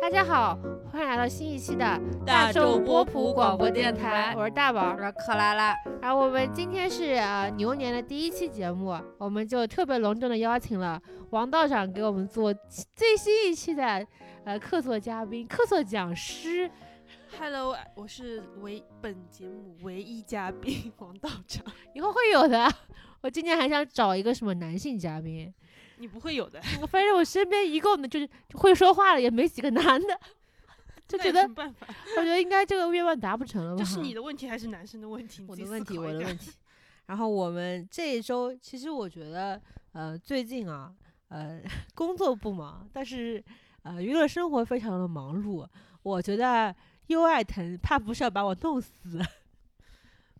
大家好，欢迎来到新一期的大众众波波普普广广播播电电台台，我是大宝我。说克拉拉，然后我们今天是呃牛年的第一期节目，我们就特别隆重的邀请了王道长给我们做最新一期的呃客座嘉宾、客座讲师。 Hello，我是唯本节目唯一嘉宾王道长，以后会有的， 我今年还想找一个什么男性嘉宾，你不会有 的，我发现我身边一共就是会说话的也没几个男的，就那觉有得什么办法？我觉得应该这个愿望达不成了吧？这是你的问题还是男生的问题？你我自的问题，己思考我一的下问题。然后我们这一周，其实我觉得，呃，最近啊，呃， 工作不忙，但是呃，娱乐生活非常的忙碌。我觉得优爱腾怕不是要把我弄死，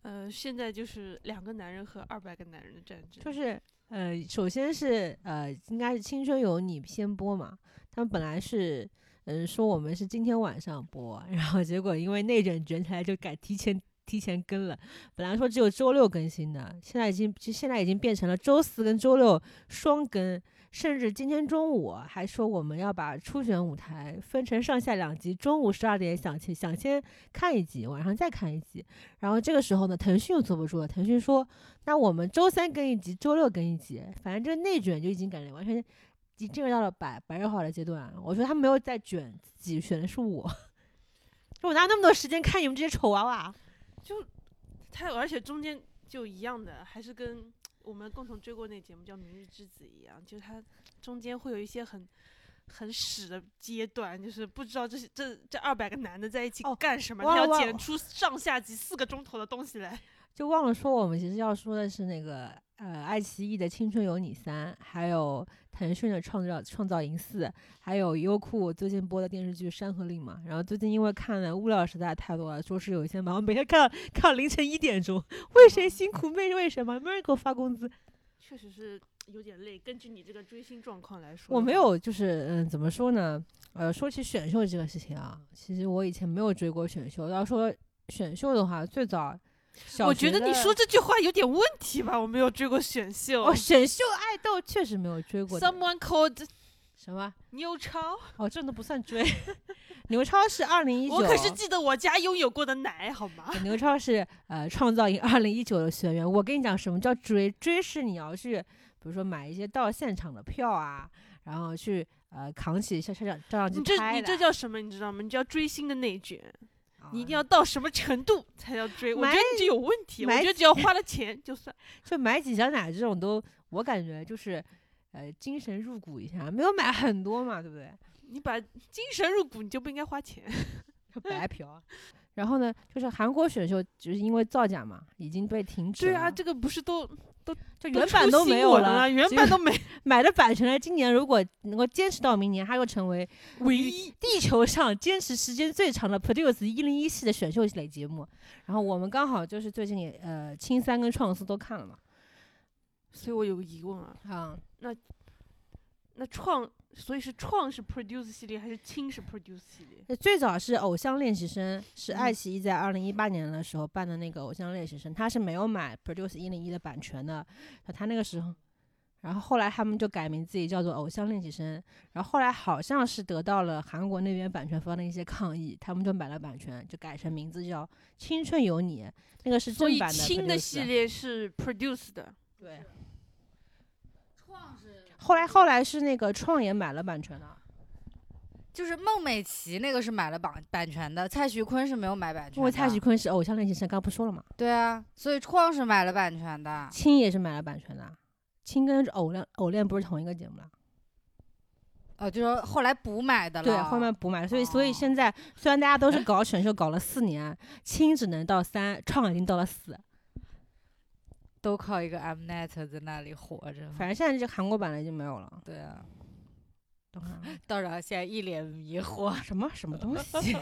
呃，现在就是两个男人和二百个男人的战争，就是呃，首先是呃，应该是《青春有你》先播嘛，他们本来是。嗯，说我们是今天晚上播， 然后结果因为内卷卷起来，就改提前提前更了。本来说只有周六更新的，现在已经其实现在已经变成了周四跟周六双更，甚至今天中午还说我们要把初选舞台分成上下两集，中午十二点想去想先看一集，晚上再看一集。然后这个时候呢，腾讯又坐不住了，腾讯说那我们周三更一集，周六更一集，反正这个内卷就已经感觉完全已经进入到了白白热化的阶段。啊我觉得他没有在卷自己，选的是我。 我哪有那么多时间看你们这些丑娃娃？就他，而且中间就一样的，还是跟我们共同追过那节目叫《明日之子》一样，就是他中间会有一些很。很屎的阶段，就是不知道这些这这二百个男的在一起哦干什么，忘他了要忘剪出上下集四个钟头的东西来。就忘了说我们其实要说的是那个呃，爱奇艺的《青春有你三》，还有腾讯的《创造创造营四》，还有优酷最近播的电视剧《山河令》嘛。然后最近因为看的物料实在太多了，说是有一些忙，我每天看到看到凌晨一点钟， 为谁辛苦为为什么？没人给我发工资，确实是有点累。根据你这个追星状况来说，我没。有，就是嗯，怎么说呢？呃，说起选秀这个事情啊，其实我以前没有追过选秀。要说选秀的话，最早小我觉得学你的说这句话有点问题吧？我没有追过选秀。哦，选秀爱豆确实没有追过的 Someone called 什么？牛超，哦，这都不算追。 牛超是二零一九，我可是记得我家拥有过的奶，好吗？牛超是呃创造营二零一九的学员。我跟你讲，什么叫追？追是你要去，比如说买一些到现场的票啊，然后去呃扛起像像照相机你这拍你的这叫什么？你知道吗？你叫追星的内卷，啊你一定要到什么程度才叫追？我买觉得你这有问题。我买觉得只要花了钱就算。就买几箱奶这种都，我感觉就是，呃，精神入股一下，没有买很多嘛，对不对？你把精神入股，你就不应该花钱。就白嫖。啊然后呢，就是韩国选秀，就是因为造假嘛，已经被停止了。对啊，这个不是都就都原版出都新没有闻了，啊原只版有都没 买的版权了。今年如果能够坚持到明年，它又成为唯一。地球上坚持时间最长的 Produce 一零一系的选秀类节目。然后我们刚好就是最近也呃青三跟创四都看了嘛，所以我有个疑问啊，啊、那创，所以是创是 produce 系列还是青是 produce 系列？那呃最早是《偶像练习生》，是嗯爱奇艺在二零一八年的时候办的那个《偶像练习生》，他是没有买 Produce 一零一的版权的，他那个时候，然后后来他们就改名自己叫做《偶像练习生》，然后后来好像是得到了韩国那边版权方的一些抗议，他们就买了版权，就改成名字叫《青春有你》，那个是所正以版的青的 Produce 系列是 produce 的，对。后来后来是那个创也买了版权的，就是孟美岐那个是买了版版权的，蔡徐坤是没有买版权的。因为蔡徐坤是《偶像练习生》，刚不说了嘛。对啊，所以创是买了版权啊的。青也是买了版权的，青跟偶恋偶恋不是同一个节目了，哦，就说后来补买的了。哦对，后面补买，所以所以哦现在虽然大家都是搞选秀搞了四年，青只能到三，创已经到了四，都靠一个 Mnet 在那里活着。反正现在这韩国版的已经没有了。对 啊，等会儿啊道长现在一脸迷惑。什么什么东 西？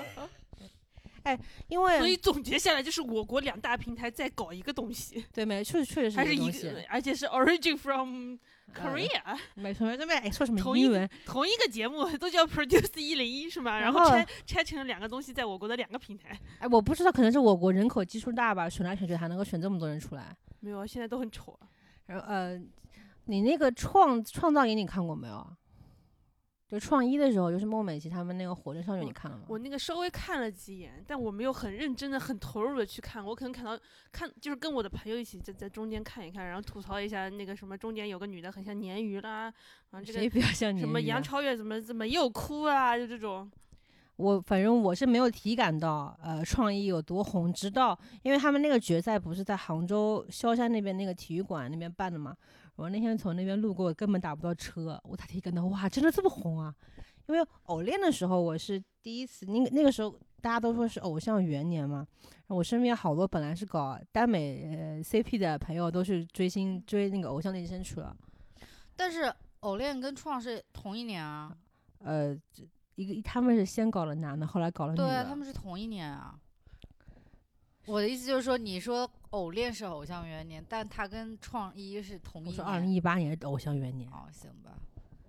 哎，因为所以总结下来就是我国两大平台在搞一个东西，对没确确实还是是一个东一西个，，而且是 origin from 呃 Korea，、没错没错没错哎说什么同英一文？同一个节目都叫 produce 一零一是吗？然然后后拆拆成了两个东西，在我国的两个平台。哎，我不知道，可能是我国人口基数大吧，选来选去还能够选这么多人出来。没有，啊，现在都很丑啊。然后呃，你那个创创造营你看过没有啊？就创一的时候，就是孟美岐他们那个火车上去，你看了吗？我那个稍微看了几眼，但我没有很认真的、很投入的去看，我可能看到看就是跟我的朋友一起在在中间看一看，然后吐槽一下那个什么中间有个女的很像鲶鱼啦，然后这谁个比较像你？什么杨超越怎么怎么又哭啊，就这种。我反正我是没有体感到，呃，创意有多红，直到因为他们那个决赛不是在杭州萧山那边那个体育馆那边办的嘛，我那天从那边路过，根本打不到车，我才体感到，哇，真的这么红啊！因为偶练的时候，我是第一次，那个那个时候大家都说是偶像元年嘛，我身边好多本来是搞耽美呃 CP 的朋友，都是追星追那个偶像练习生去了，但是偶练跟创是同一年啊，呃，这一个他们是先搞了男的，后来搞了女的，对啊，他们是同一年啊。我的意思就是说，你说偶练是偶像元年，但他跟创一哦是同一我年。说二零一八年的偶像元年。哦，行吧。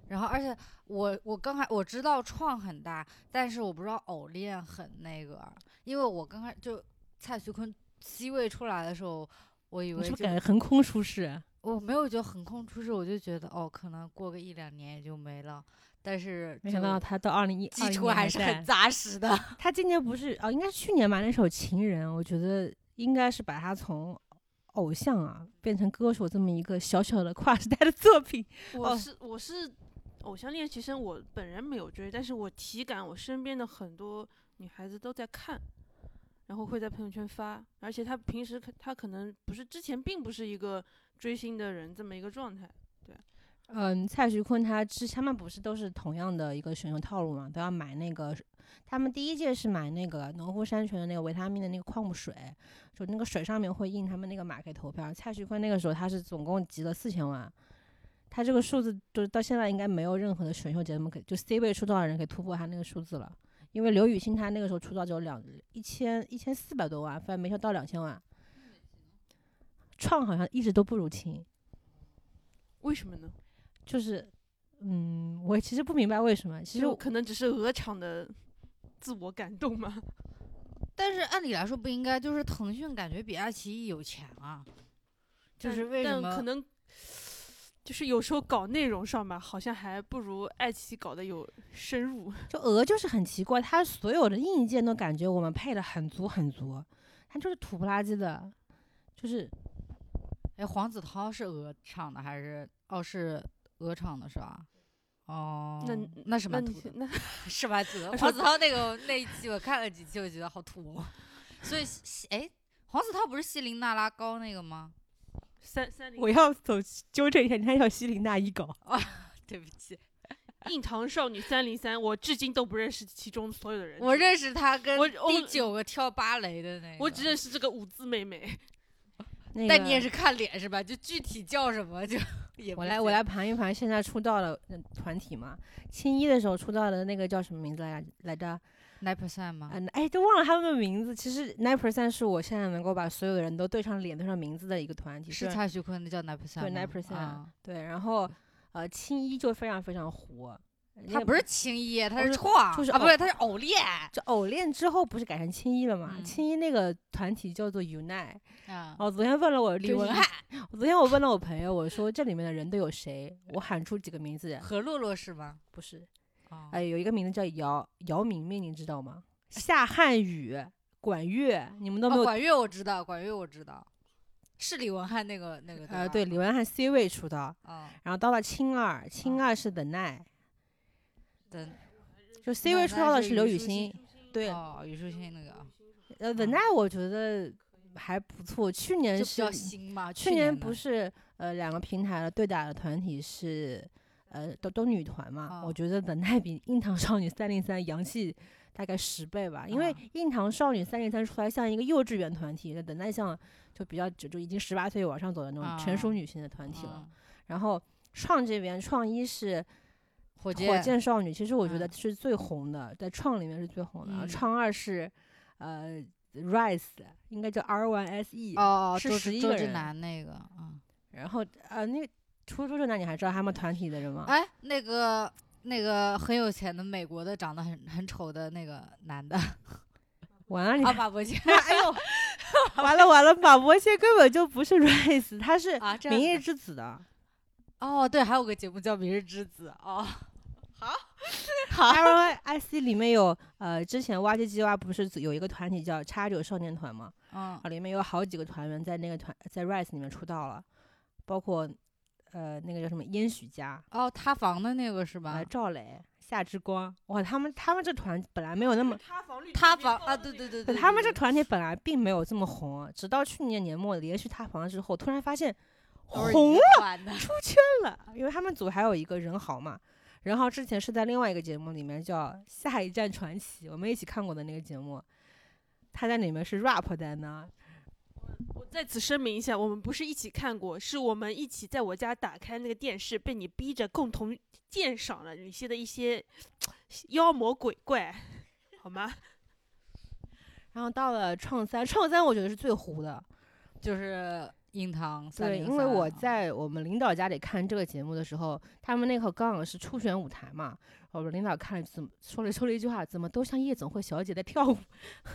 然后，而且我我刚开我知道创很大，但是我不知道偶练很那个，因为我刚开就蔡徐坤 C 位出来的时候，我以你为是不是就感觉横空出世？啊我没有觉得横空出世，我就觉得哦，可能过个一两年也就没了。但是没想到就他到二零一基础还是很扎实的。 他今年不是哦，应该是去年吧，那首《情人》，我觉得应该是把他从偶像啊变成歌手这么一个小小的跨时代的作品。我哦是我是偶像练习生，我本人没有追，但是我体感我身边的很多女孩子都在看，然后会在朋友圈发，而且她平时可她可能不是之前并不是一个追星的人这么一个状态，嗯，蔡徐坤他之他们不是都是同样的一个选秀套路嘛，都要买那个，他们第一届是买那个农夫山泉的那个维他命的那个矿物水，就那个水上面会印他们那个马克投票。蔡徐坤那个时候他是总共集了四千万，他这个数字就是到现在应该没有任何的选秀节目可以就 C 位出道的人可以突破他那个数字了，因为刘雨昕她那个时候出道只有两一千一千四百多万，反正没想到两千万。创好像一直都不如青。为什么呢？就是，嗯，我其实不明白为什么。其实就我可能只是鹅厂的自我感动嘛。但是按理来说不应该，就是腾讯感觉比爱奇艺有钱啊，就是但为什但可么？能就是有时候搞内容上吧，好像还不如爱奇艺搞得有深入。就鹅就是很奇怪，它所有的硬件都感觉我们配的很足很足，它就是土不拉几的，就是哎，黄子韬是鹅厂的还是？哦，是鹅厂的是吧？哦，那那是那蛮你土的，那 是蛮土的。那说黄子韬那个那一期我看了几期，我觉得好土、哦。所以西，西哎，黄子韬不是西林娜拉高那个吗？三三零我要走纠正一下，你看叫西林娜依狗，对不起，硬糖少女三零三，我至今都不认识其中所有的人。我认识他跟我我第九个跳芭蕾的那个，我只认识这个五字妹妹，那个、但你也是看脸是吧？就具体叫什么就也不我来，记我得来盘一盘现在出道的嗯团体嘛。青一的时候出道的那个叫什么名字来来着？ nine percent 吗？嗯，哎，都忘了他们的名字。其实 Nine Percent 是我现在能够把所有的人都对上脸、对上名字的一个团体，虽是然蔡徐坤的叫 nine percent，对吗9%啊对，然后呃，青一就非常非常火，呃他那不是青衣，他哦是是创，就是啊，不偶是，他是偶练就偶练之后不是改成青一了嘛？嗯青一那个团体叫做 Unite。啊，哦，昨天问了我李李文文翰，翰昨天我问了我朋友，我说这里面的人都有谁？我喊出几个名字，何洛洛是吗？不是，啊，哎，有一个名字叫姚姚明明，你知道吗？夏汉语、管乐，你们都没哎哦有。管乐我知道，管乐我知道，是李文翰那个那个呃，吧对，李文翰 C 位出道，啊，然后到了青二，青啊二是 The Night，对，就 C 位 The 出道 Night 的是是刘虞雨书欣，对，哦，虞书欣那个啊呃，The 啊 Night 我觉得还不错，去年就是比较新嘛，呃去年不的是呃两个平台的对打的团体是呃都都女团嘛？我哦觉得本奈比硬糖少女三零三洋气大概十倍吧，因为啊硬糖少女三零三出来像一个幼稚园团体，那等奈像就比较就就已经十八岁往上走的那种成熟啊女性的团体了嗯。然后创这边创一是火火箭少女，其实我觉嗯得是最红的，在创里面是最红的。然后嗯创二是呃 Rise，应该叫 R One S E。哦，是周11志个周志人南那个啊，然后呃，那个出出生那你还知道他们团体的人吗？哎，那个那个很有钱的美国的，长得很很丑的那个 男的，完了，你啊，看，马伯骞 哎呦，完了完了，马伯骞根本就不是 Rise，他是 啊，这样明日子的之子的。哦，对，还有个节目叫《明日之子》哦， R Y I C 里面有呃，之前挖机机挖不是有一个团体叫叉九少年团嘛？嗯啊，，里面有好几个团员在那个团在 Rise 里面出道了，包括呃那个叫什么烟许家、哦，塌房的那个是吧呃？赵磊、夏之光，哇，他们他们这团本来没哦有那 么，塌房率塌特别房高啊，的对那对个对对对，他们这对团体本来并没有这么红，啊直到去年年末连续塌房之后，突然发现都是红一团的， 出圈了，因为他们组还有一个任豪嘛。任豪之前是在另外一个节目里面叫《下一站传奇》，我们一起看过的那个节目，他在里面是 rap 担当，我在此声明一下，我们不是一起看过，是我们一起在我家打开那个电视，被你逼着共同鉴赏了里些的一些妖魔鬼怪，好吗？然后到了创三，创三我觉得是最糊的，就是硬糖三对，零三。啊因为我在我们领导家里看这个节目的时候，他们那会儿刚好是初选舞台嘛，我们领导看了怎么说了说了一句话，怎么都像夜总会小姐在跳舞。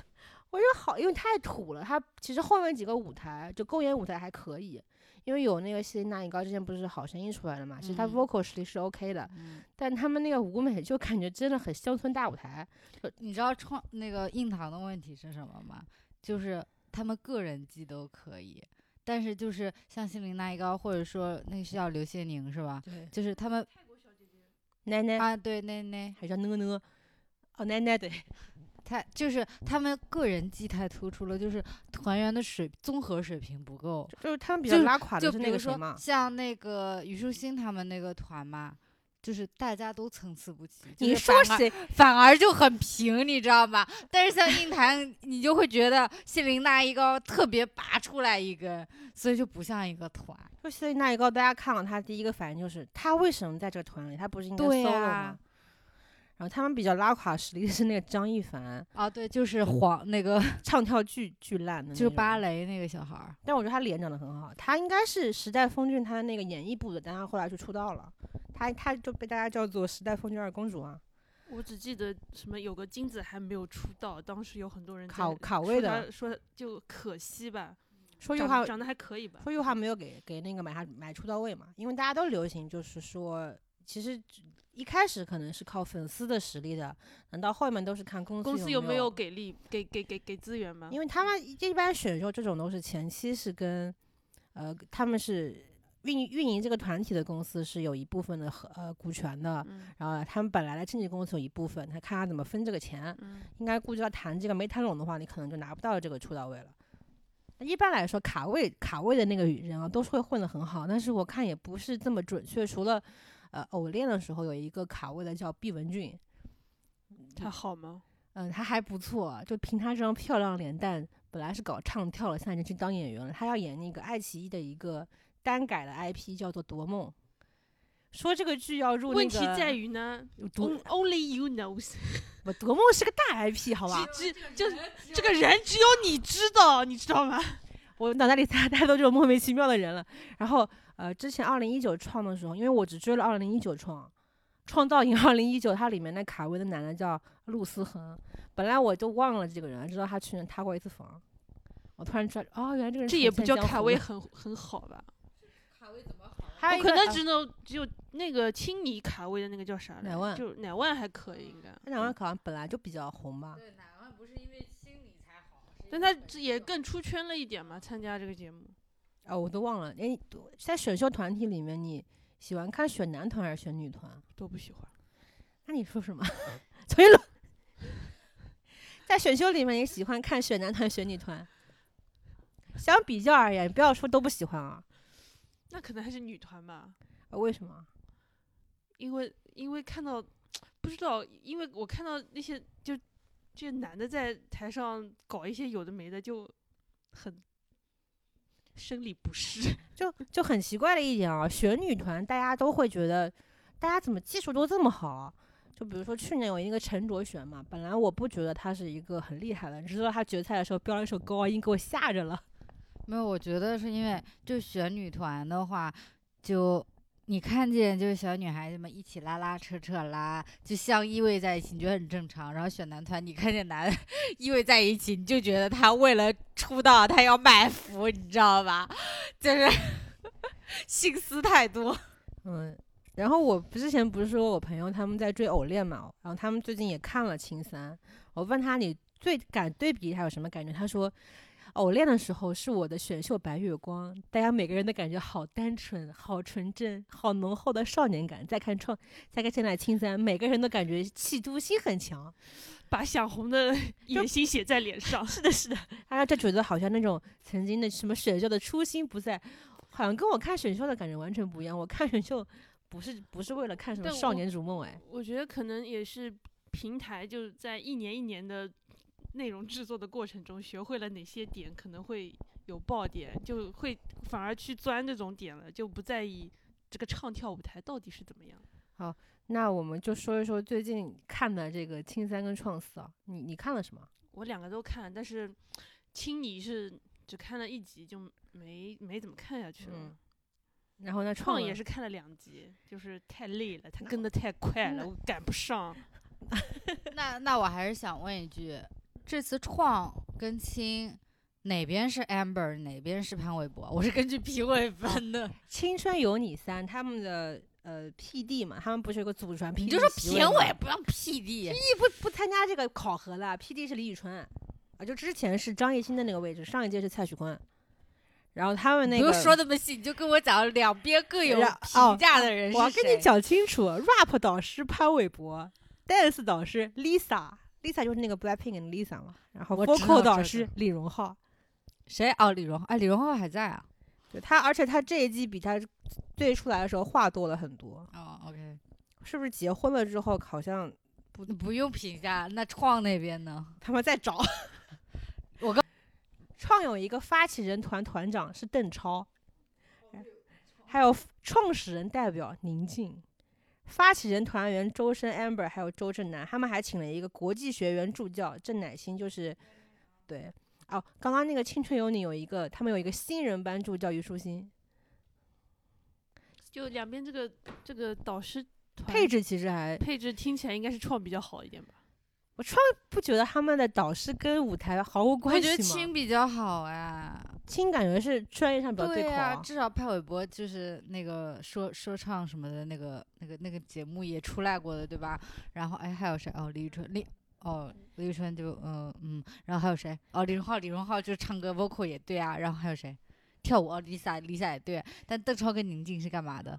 我觉得好，因为太土了。他其实后面几个舞台，就公演舞台还可以，因为有那个谢娜颖高之前不是好声音出来了嘛，其实他嗯 vocal 实力是 OK 的，嗯，但他们那个舞美就感觉真的很乡村大舞台。你知道创那个硬糖的问题是什么吗？就是他们个人技都可以，但是就是像心灵那一高，或者说那个是叫刘谢宁是吧？对，就是他们奶奶、啊，对，那那还叫呢呢，哦奶奶对，他就是他们个人技太突出了，就是团员的水综合水平不够。就是他们比较哦就拉垮的就是比那如个谁说嘛，像那个虞书欣他们那个团嘛，就是大家都层次不齐。就你是说反而谁反而就很平，你知道吗？但是像硬糖，你就会觉得谢琳娜一高特别拔出来一根，所以就不像一个团。就所以那一高，大家看了他第一个反应就是他为什么在这个团里？他不是应该对 solo 吗？呀然后他们比较拉垮实力是那个张一凡，啊，对，就是黄那个唱跳巨巨烂嗯的，就是芭蕾。蕾那个小孩儿。但我觉得他脸长得很好，他应该是时代峰峻他的那个演艺部的，但他后来去出道了，他他就被大家叫做时代峰峻二公主啊，我只记得什么有个金子还没有出道，当时有很多人在卡卡位说他的。说就可惜吧，说句长话得，长得还可以吧。说句话没有给给那个买他买出道位嘛，因为大家都流行，就是说，其实一开始可能是靠粉丝的实力的，等到后面都是看公司公司有有没有给力，给给给给资源吗？因为他们一一般选秀这种都是前期是跟，呃，他们是运运营这个团体的公司是有一部分的合呃股权的，嗯然后他们本来的经纪公司有一部分，他看他怎么分这个钱。嗯，应该估计要谈这个没谈拢的话，你可能就拿不到这个出道位了。一般来说，卡位卡位的那个人啊，都是会混得很好，但是我看也不是这么准确。除了呃偶练的时候有一个卡位的叫毕文俊，他好吗？嗯，她还不错，就凭她这张漂亮脸蛋，本来是搞唱跳了，现在已经去当演员了。她要演那个爱奇艺的一个单改的 IP，叫做《夺梦》。说这个剧要入那个，问题在于呢夺，on-，Only you knows，不夺梦是个大 IP，好吧？只只就这个人只有你知道，你知道吗？我脑袋里 太太多这种莫名其妙的人了。然后呃，之前二零一九创的时候，因为我只追了二零一九创，创造营二零一九，它里面那卡位的男的叫陆思恒，本来我都忘了这个人，直到他去年塌过一次房。我突然知道，哦，原来这个人这也不叫卡位威。很很好吧？还有我一可个能呃只能只有那个青你卡位的那个叫啥来着？乃万就乃万还可以，应该。那两万好像本来就比较红吧？对，哪万不是因为心理才好，但他这也更出圈了一点嘛，参加这个节目。啊、我都忘了。哎，在选秀团体里面，你喜欢看选男团还是选女团？都不喜欢，那你说什么？ 重新录。在选秀里面，你喜欢看选男团、选女团？相比较而言，不要说都不喜欢啊。那可能还是女团吧，呃为什么？因为因为看到不知道，因为我看到那些就这些男的在台上搞一些有的没的，就很生理不适。就就很奇怪的一点啊，选女团大家都会觉得，大家怎么技术都这么好啊？就比如说去年有一个陈卓璇嘛，本来我不觉得她是一个很厉害的，直到她决赛的时候飙了一首高音，给我吓着了。没有，我觉得是因为就选女团的话，就你看见就是小女孩子们一起拉拉扯扯啦，就相依偎在一起，你觉得很正常。然后选男团，你看见男 依偎在一起，你就觉得他为了出道，他 要卖腐，你知道吧？就是心思太多。嗯，然后我不之前不是说我朋友他们在追偶恋嘛，然后他们最近也看了《青三》，我问他你最敢对比他有什么感觉，他说。偶恋的时候是我的选秀白月光，大家每个人的感觉好单纯、好纯真、好浓厚的少年感。再看创，再看现在青三，每个人的感觉企图心很强。把想红 的野心写在脸上。是的，是的，大家就觉得好像那种曾经的什么选秀的初心不在，好像跟我看选秀的感觉完全不一样。我看选秀不是不是为了看什么但少我年逐梦，哎， 我觉得可能也是平台就在一年一年的内容制作的过程中，学会了哪些点可能会有爆点，就会反而去钻这种点了，就不在意这个唱跳舞台到底是怎么样。那我们就说一说最近看的这个青三跟创四啊，你你看了什么？我两个都看，但是青你是只看了一集就没没怎么看下去了。嗯然后呢，创呢也是看了两集，就是太累了，他跟的太快了，我赶不上。 那那我还是想问一句，这次创跟青哪边是 Amber，哪边是潘玮柏？我是根据 评委分的， 《青春有你三》他们的呃 PD 嘛，他们不是有个组团 PD 你就说席评位委吗不要 PD。不不参加这个考核了，PD 是李宇春啊，就之前是张艺兴的那个位置，上一届是蔡徐坤，然后他们那不个用说那么细，你就跟我讲两边各有然哦评价的人是谁。我要跟你，讲清楚，rap 导师潘玮柏，dance 导师 Lisa。Lisa 就是那个 BLACKPINK 的 Lisa 嘛，然后我知道 vocal 这导个师李荣浩，谁？哦，李荣浩，哎，李荣浩还在啊。对他，而且他这一季比他最出来的时候话多了很多，哦，OK，是不是结婚了之后好像不不用评价。那创那边呢？他们在找。我刚创有一个发起人团团长是邓超，还有创始人代表宁静，发起人团员周深、amber 还有周震南，他们还请了一个国际学员助教郑乃馨，就是对哦，刚刚那个《青春有你》有一个，他们有一个新人班助教虞书欣，就两边这个这个导师团配置其实还配置听起来应该是创比较好一点吧。我创不觉得他们的导师跟舞台毫无我关系觉吗？得青比较好啊。青感觉是专业上比较对口、啊，至少潘玮柏就是那个说说唱什么的那个那个那个节目也出来过的，对吧？然后哎，还有谁？哦，李宇春，李哦，李宇春就嗯嗯，然后还有谁？哦，李荣浩，李荣浩就唱歌 vocal 也对啊，然后还有谁？跳舞哦，Lisa Lisa 也对，但邓超跟宁静是干嘛的？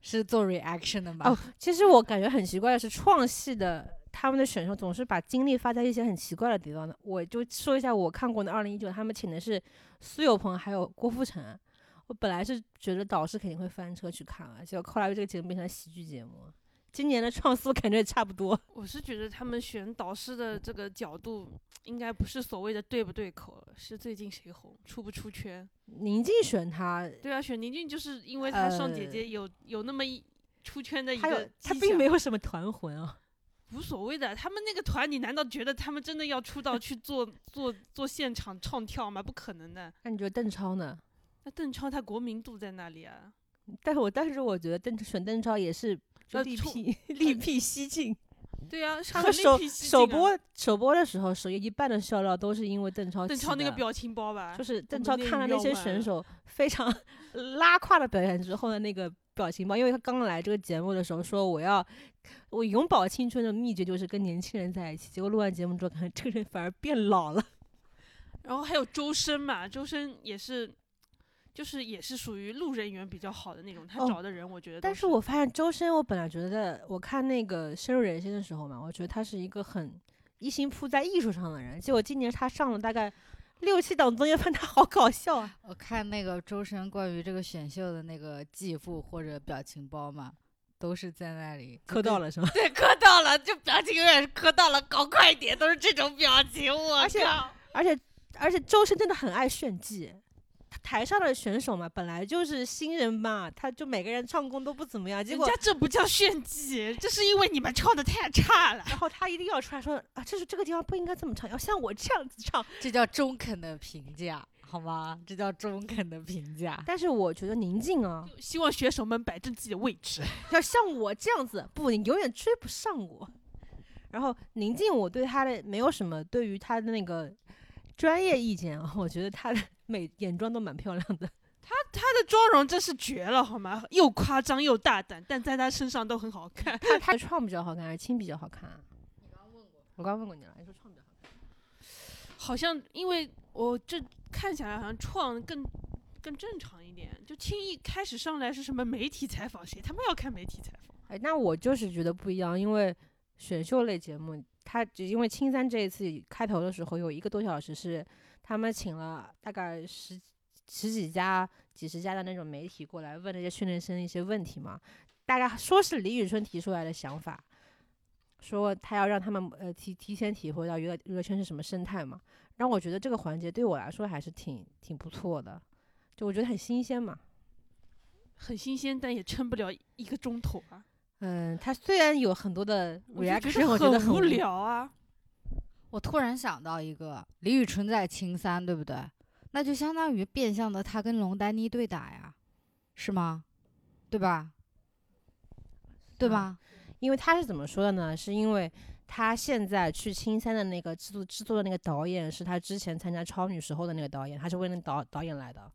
是做 reaction 的吧？哦，其实我感觉很奇怪的是，创系的他们的选手总是把精力发在一些很奇怪的地方的。我就说一下我看过的二零一九，他们请的是苏有朋还有郭富城。我本来是觉得导师肯定会翻车去看啊，结果后来这个节目变成了喜剧节目。今年的创苏感觉也差不多，我是觉得他们选导师的这个角度，应该不是所谓的对不对口，是最近谁红出不出圈。宁静选他，对啊，选宁静就是因为她上姐姐有、有那么一出圈的一他有个，他迹并象没有什么团魂啊。无所谓的。他们那个团，你难道觉得他们真的要 出道去做做做现场唱跳吗？不可能的。那你觉得邓超呢？那邓超他国民度在那里啊？但是我但是我觉得邓选邓超也是就呃力出 辟力辟蹊径。对啊，他他们首首啊播首播的时候，首页一半的笑料都是因为邓超起的。邓超那个表情包吧，就是邓们超那看了一那秒些完选了手非常呃拉胯的表演之后的那个表情包，因为他刚来这个节目的时候说我要我永葆青春的秘诀就是跟年轻人在一起，结果录完节目之后，感觉这个人反而变老了。然后还有周深嘛，周深也是，就是也是属于路人缘比较好的那种，他哦找的人我觉得都、但是我发现周深，我本来觉得我看那个《深入人心》的时候嘛，我觉得他是一个很一心扑在艺术上的人，结果今年他上了大概六七档综艺番，他好搞笑啊！我看那个周深关于这个选秀的那个继父或者表情包嘛，都是在那里磕到了是吗？对， 磕到了，就表情永远是磕到了，搞快一点，都是这种表情，我而且靠！ 而且而且周深真的很爱炫技，他台上的选手嘛，本来就是新人嘛，他就每个人唱功都不怎么样，结人果家这不叫炫技，这是因为你们唱的太差了。然后他一定要出来说啊，这是这个地方不应该这么唱，要像我这样子唱。这叫中肯的评价，好吗？这叫中肯的评价。但是我觉得宁静啊，希望选手们摆正自己的位置。要像我这样子，不，你永远追不上我。然后宁静，我对他的没有什么对 于他的那个专业意见啊，我觉得他的美眼妆都蛮漂亮的。她的妆容真是绝了，好吗？又夸张又大胆，但在她身上都很好看。他他创比较好看还是青比较好看啊？你刚问过，我刚问过你了，你说创比较好看。好像因为我这看下来，好像创更更正常一点。就轻易开始上来是什么媒体采访，谁他妈要看媒体采访？哎，那我就是觉得不一样，因为选秀类节目，它就因为青三这一次开头的时候有一个多小时是他们请了大概十十几家、几十家的那种媒体过来问那些训练生一些问题嘛，大概说是李宇春提出来的想法，说他要让他们呃提提前体会到娱乐娱乐圈是什么生态嘛，让我觉得这个环节对我来说还是挺挺不错的，就我觉得很新鲜嘛。很新鲜，但也撑不了一个钟头啊！嗯，他虽然有很多的我就 reaction，我觉得很很无聊啊。我突然想到一个，李宇春在青三，对不对？那就相当于变相的她跟龙丹妮对打呀，是吗？对吧？对嗯吧？因为他是怎么说的呢？是因为他现在去青山的那个制作制作的那个导演是他之前参加超女时候的那个导演，他是为了导导演来的。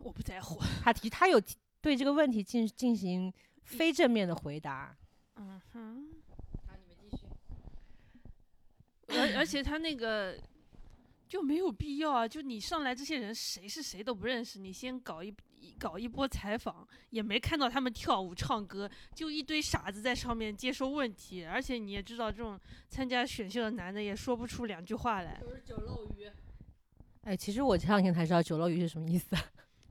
我不在乎。他提他有提对这个问题进进行非正面的回答。嗯哼。而而且他那个 就没有必要啊！就你上来这些人谁是谁都不认识，你先搞一一搞一波采访，也没看到他们跳舞唱歌，就一堆傻子在上面接受问题。而且你也知道，这种参加选秀的男的也说不出两句话来，哎，其实我前两天才知道九漏鱼是什么意思。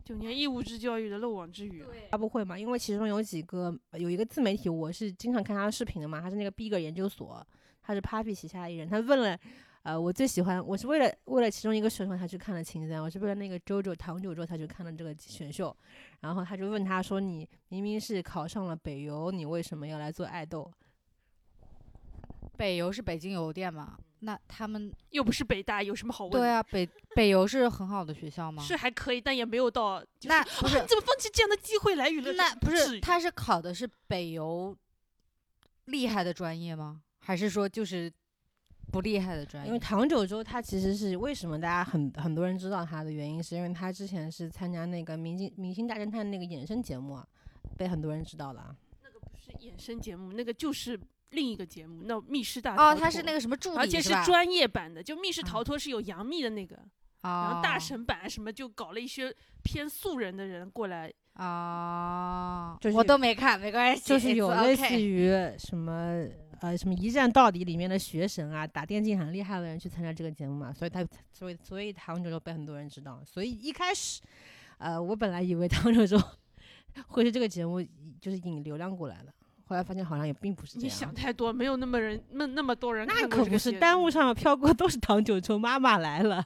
九年义务制教育的漏网之鱼啊。发布会嘛，因为其中有几个有一个自媒体，我是经常看他的视频的嘛，他是那个 Bigger 研究所，他是 Papi 旗下的艺人，他问了，呃，我最喜欢，我是为了为了其中一个选手才去看了秦三，我是为了那个周周唐九周才去看了这个选秀，然后他就问他说，你明明是考上了北邮，你为什么要来做爱豆？北邮是北京邮电嘛？那他们又不是北大，有什么好问对的？啊，北北邮是很好的学校吗？是还可以，但也没有到。就是、那不是 啊你怎么放弃这样的机会来娱乐圈？那不至是于他是考的是北邮厉害的专业吗？还是说就是不厉害的专业？因为唐九洲他其实是为什么大家很很多人知道他的原因，是因为他之前是参加那个《明星明星大侦探》那个衍生节目啊，被很多人知道了啊。不是衍生节目，那个就是另一个节目，那密室大哦，逃他是脱那个什么助理，而且是是吧哦专业版的，就密室啊嗯逃脱是有杨幂的那个，然后哦大神版啊什么就搞了一些偏素人的人过来，啊，就是我都没看，没关系，就是有类似 o 于什么呃什么一战到底里面的学神啊，打电竞很厉害的人去参加这个节目嘛，所以他所以所以唐九洲被很多人知道，所以一开始呃我本来以为唐九洲会是这个节目就是引流量过来的，后来发现好像也并不是这你想样。太多，没有那么人那那么多人看那可过这不个是，节弹目幕上面飘过都是唐九洲妈妈来了。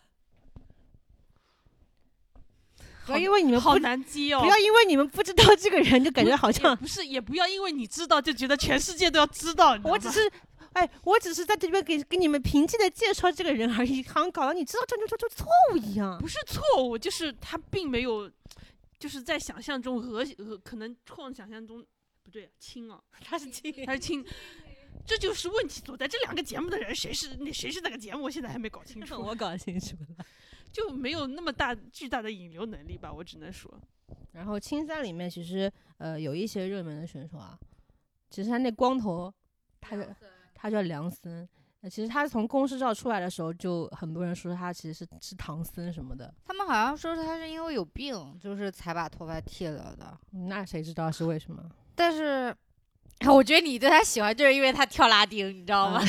不要因为你们不好难接哦，不要因为你们不知道这个人就感觉好像也不是也不要因为你知道就觉得全世界都要知道，你知道我只吗是，哎，我只是在这边给给你们平静的介绍这个人而已，好像搞得你知道这这这这错误一样。不是错误，就是他并没有，就是在想象中和和可能创想象中不对、啊，轻啊， 他是亲，他是轻，这就是问题所在。这两个节目的人谁是那谁是那个节目，我现在还没搞清 楚，我搞清楚了。就没有那么大巨大的引流能力吧，我只能说，然后青三里面其实呃有一些热门的选手啊，其实他那光头，他叫他叫梁森。呃其实他从公司照出来的时候，就很多人说他其实是是唐僧什么的，他们好像说是他是因为有病，就是才把头发剃了的。那谁知道是为什么？但是，我觉得你对他喜欢就是因为他跳拉丁，你知道吗？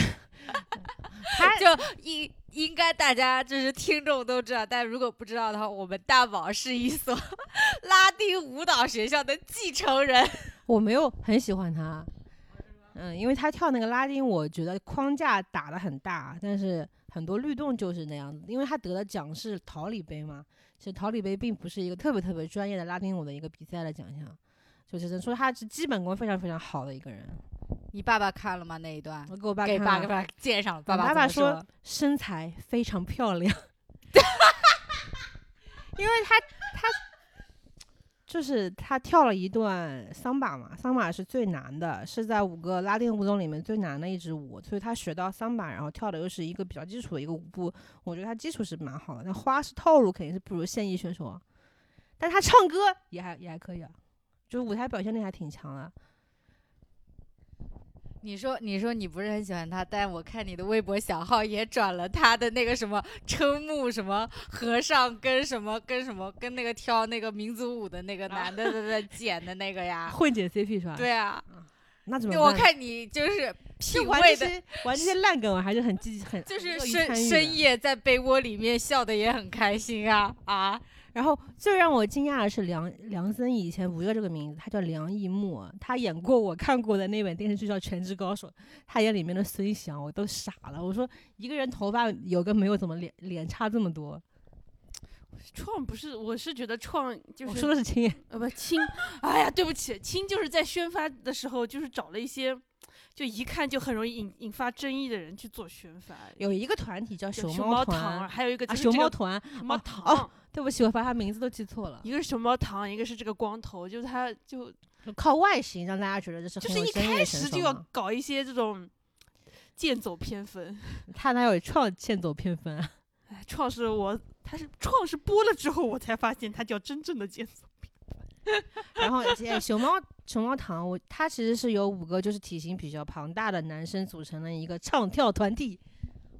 他就应应该大家就是听众都知道，但如果不知道的话，我们大宝是一所 拉丁舞蹈学校的继承人。我没有很喜欢他，嗯，因为他跳那个拉丁，我觉得框架打得很大，但是很多律动就是那样子。因为他得的奖是桃李杯嘛，其实桃李杯并不是一个特别特别专业的拉丁舞的一个比赛的奖项，就只能说他是基本功非常非常好的一个人。你爸爸看了吗？那一段我给我爸给看爸了爸介绍了，我爸爸怎爸么说身材非常漂 亮，因为他他就是他跳了一段桑巴嘛，桑巴是最难的，是在五个拉丁舞种里面最难的一支舞，所以他学到桑巴，然后跳的又是一个比较基础的一个舞步，我觉得他基础是蛮好的，但花式套路肯定是不如现役选手啊，但他唱歌也还也还可以啊，就是舞台表现力还挺强啊。你说你说你不是很喜欢他，但我看你的微博小号也转了他的那个什么瞠目什么和尚跟什么跟什么跟那个跳那个民族舞的那个啊男的在在剪的那个 呀，混剪 CP 是吧？，啊对啊，那怎么办？我看你就是品就玩这味的，些玩这些烂梗，我还是很积极，很就是乐于深参与的深夜在被窝里面笑的也很开心啊啊，然后最让我惊讶的是梁梁森以前不叫这个名字，他叫梁一木，啊他演过我看过的那本电视剧叫《全职高手》，他演里面的孙翔，我都傻了。我说一个人头发有跟没有怎么脸脸差这么多？创不是，我是觉得创就我是说的是亲眼，呃不亲，哎呀，对不起，亲就是在宣发的时候，就是找了一些就一看就很容易引引发争议的人去做宣发。有一个团体叫就熊熊猫团糖，还有一个啊，就是熊这猫个团，熊猫哦糖，哦对不起，我把他名字都记错了。一个是熊猫糖，一个是这个光头，就是他就靠外形让大家觉得这是就很是有一争议的开选始手就要嘛搞一些这种剑走偏锋。他哪有创剑走偏锋啊？哎，创是我，他是创是播了之后，我才发现他叫真正的剑走。然后哎熊猫熊猫堂，我它其实是由五个就是体型比较庞大的男生组成的一个唱跳团体。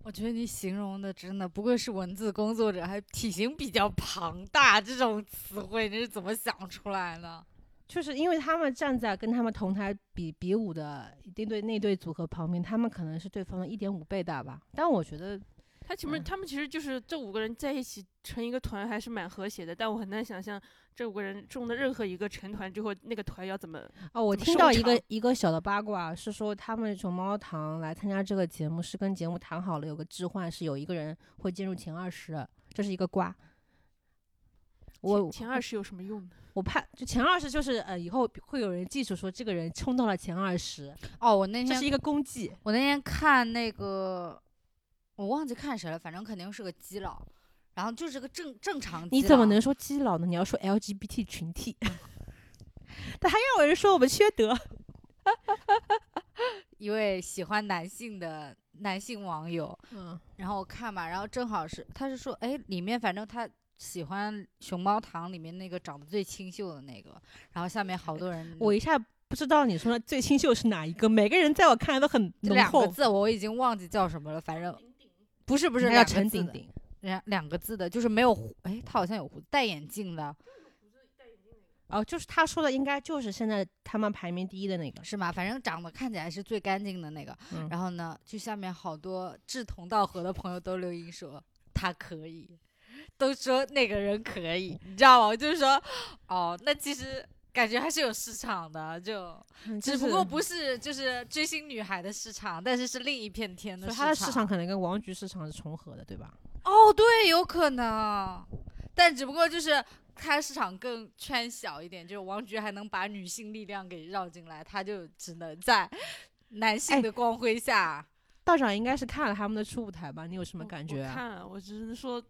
我觉得你形容的真的不愧是文字工作者，还体型比较庞大这种词汇，你是怎么想出来的？就是因为他们站在跟他们同台比比武的那对那对组合旁边，他们可能是对方的一点五倍大吧。但我觉得他前面嗯他们其实就是这五个人在一起成一个团，还是蛮和谐的。但我很难想象这五个人中的任何一个成团之后，那个团要怎么哦，我怎么听收到一个场一个小的八卦是说，他们熊猫堂来参加这个节目是跟节目谈好了有个置换，是有一个人会进入前二十，这是一个瓜。我前前二十有什么用呢？我怕就前二十就是呃，以后会有人记住说这个人冲到了前二十，哦，我那这天是一个功绩。我那天看那个，我忘记看谁了，反正肯定是个基佬，然后就是个正正常基佬。你怎么能说基佬呢？你要说 LGBT 群 体，但还有人说我们缺德。一位喜欢男性的男性网友，嗯，然后我看嘛，然后正好是他是说，哎，里面反正他喜欢熊猫堂里面那个长得最清秀的那个，然后下面好多人，我一下不知道你说的最新秀是哪一个，每个人在我看来都很这浓两个厚。字我已经忘记叫什么了，反正不是不不是叫两个陈字顶的，顶，两两个字的，就是没有胡，哎，他好像有胡，戴眼镜的哦，就是他说的应该就是现在他们排名第一的那个。是吗？反正长得看起来是最干净的那个。嗯然后呢，就下面好多志同道合的朋友都留言说他可以，都说那个人可以，你知道吗？我就是说，哦，那其实。感觉还是有市场的，就嗯只不过，不是就是追星女孩的市场，但是是另一片天就的所以市他的市场可能跟王菊市场是重合的，对吧？哦，对，有可能，但只不过就是它市场更圈小一点，就是王菊还能把女性力量给绕进来，她就只能在男哎性的光辉下。道长应该是看了他们的初舞台吧？你有什么我感我觉啊？看了，我只能说，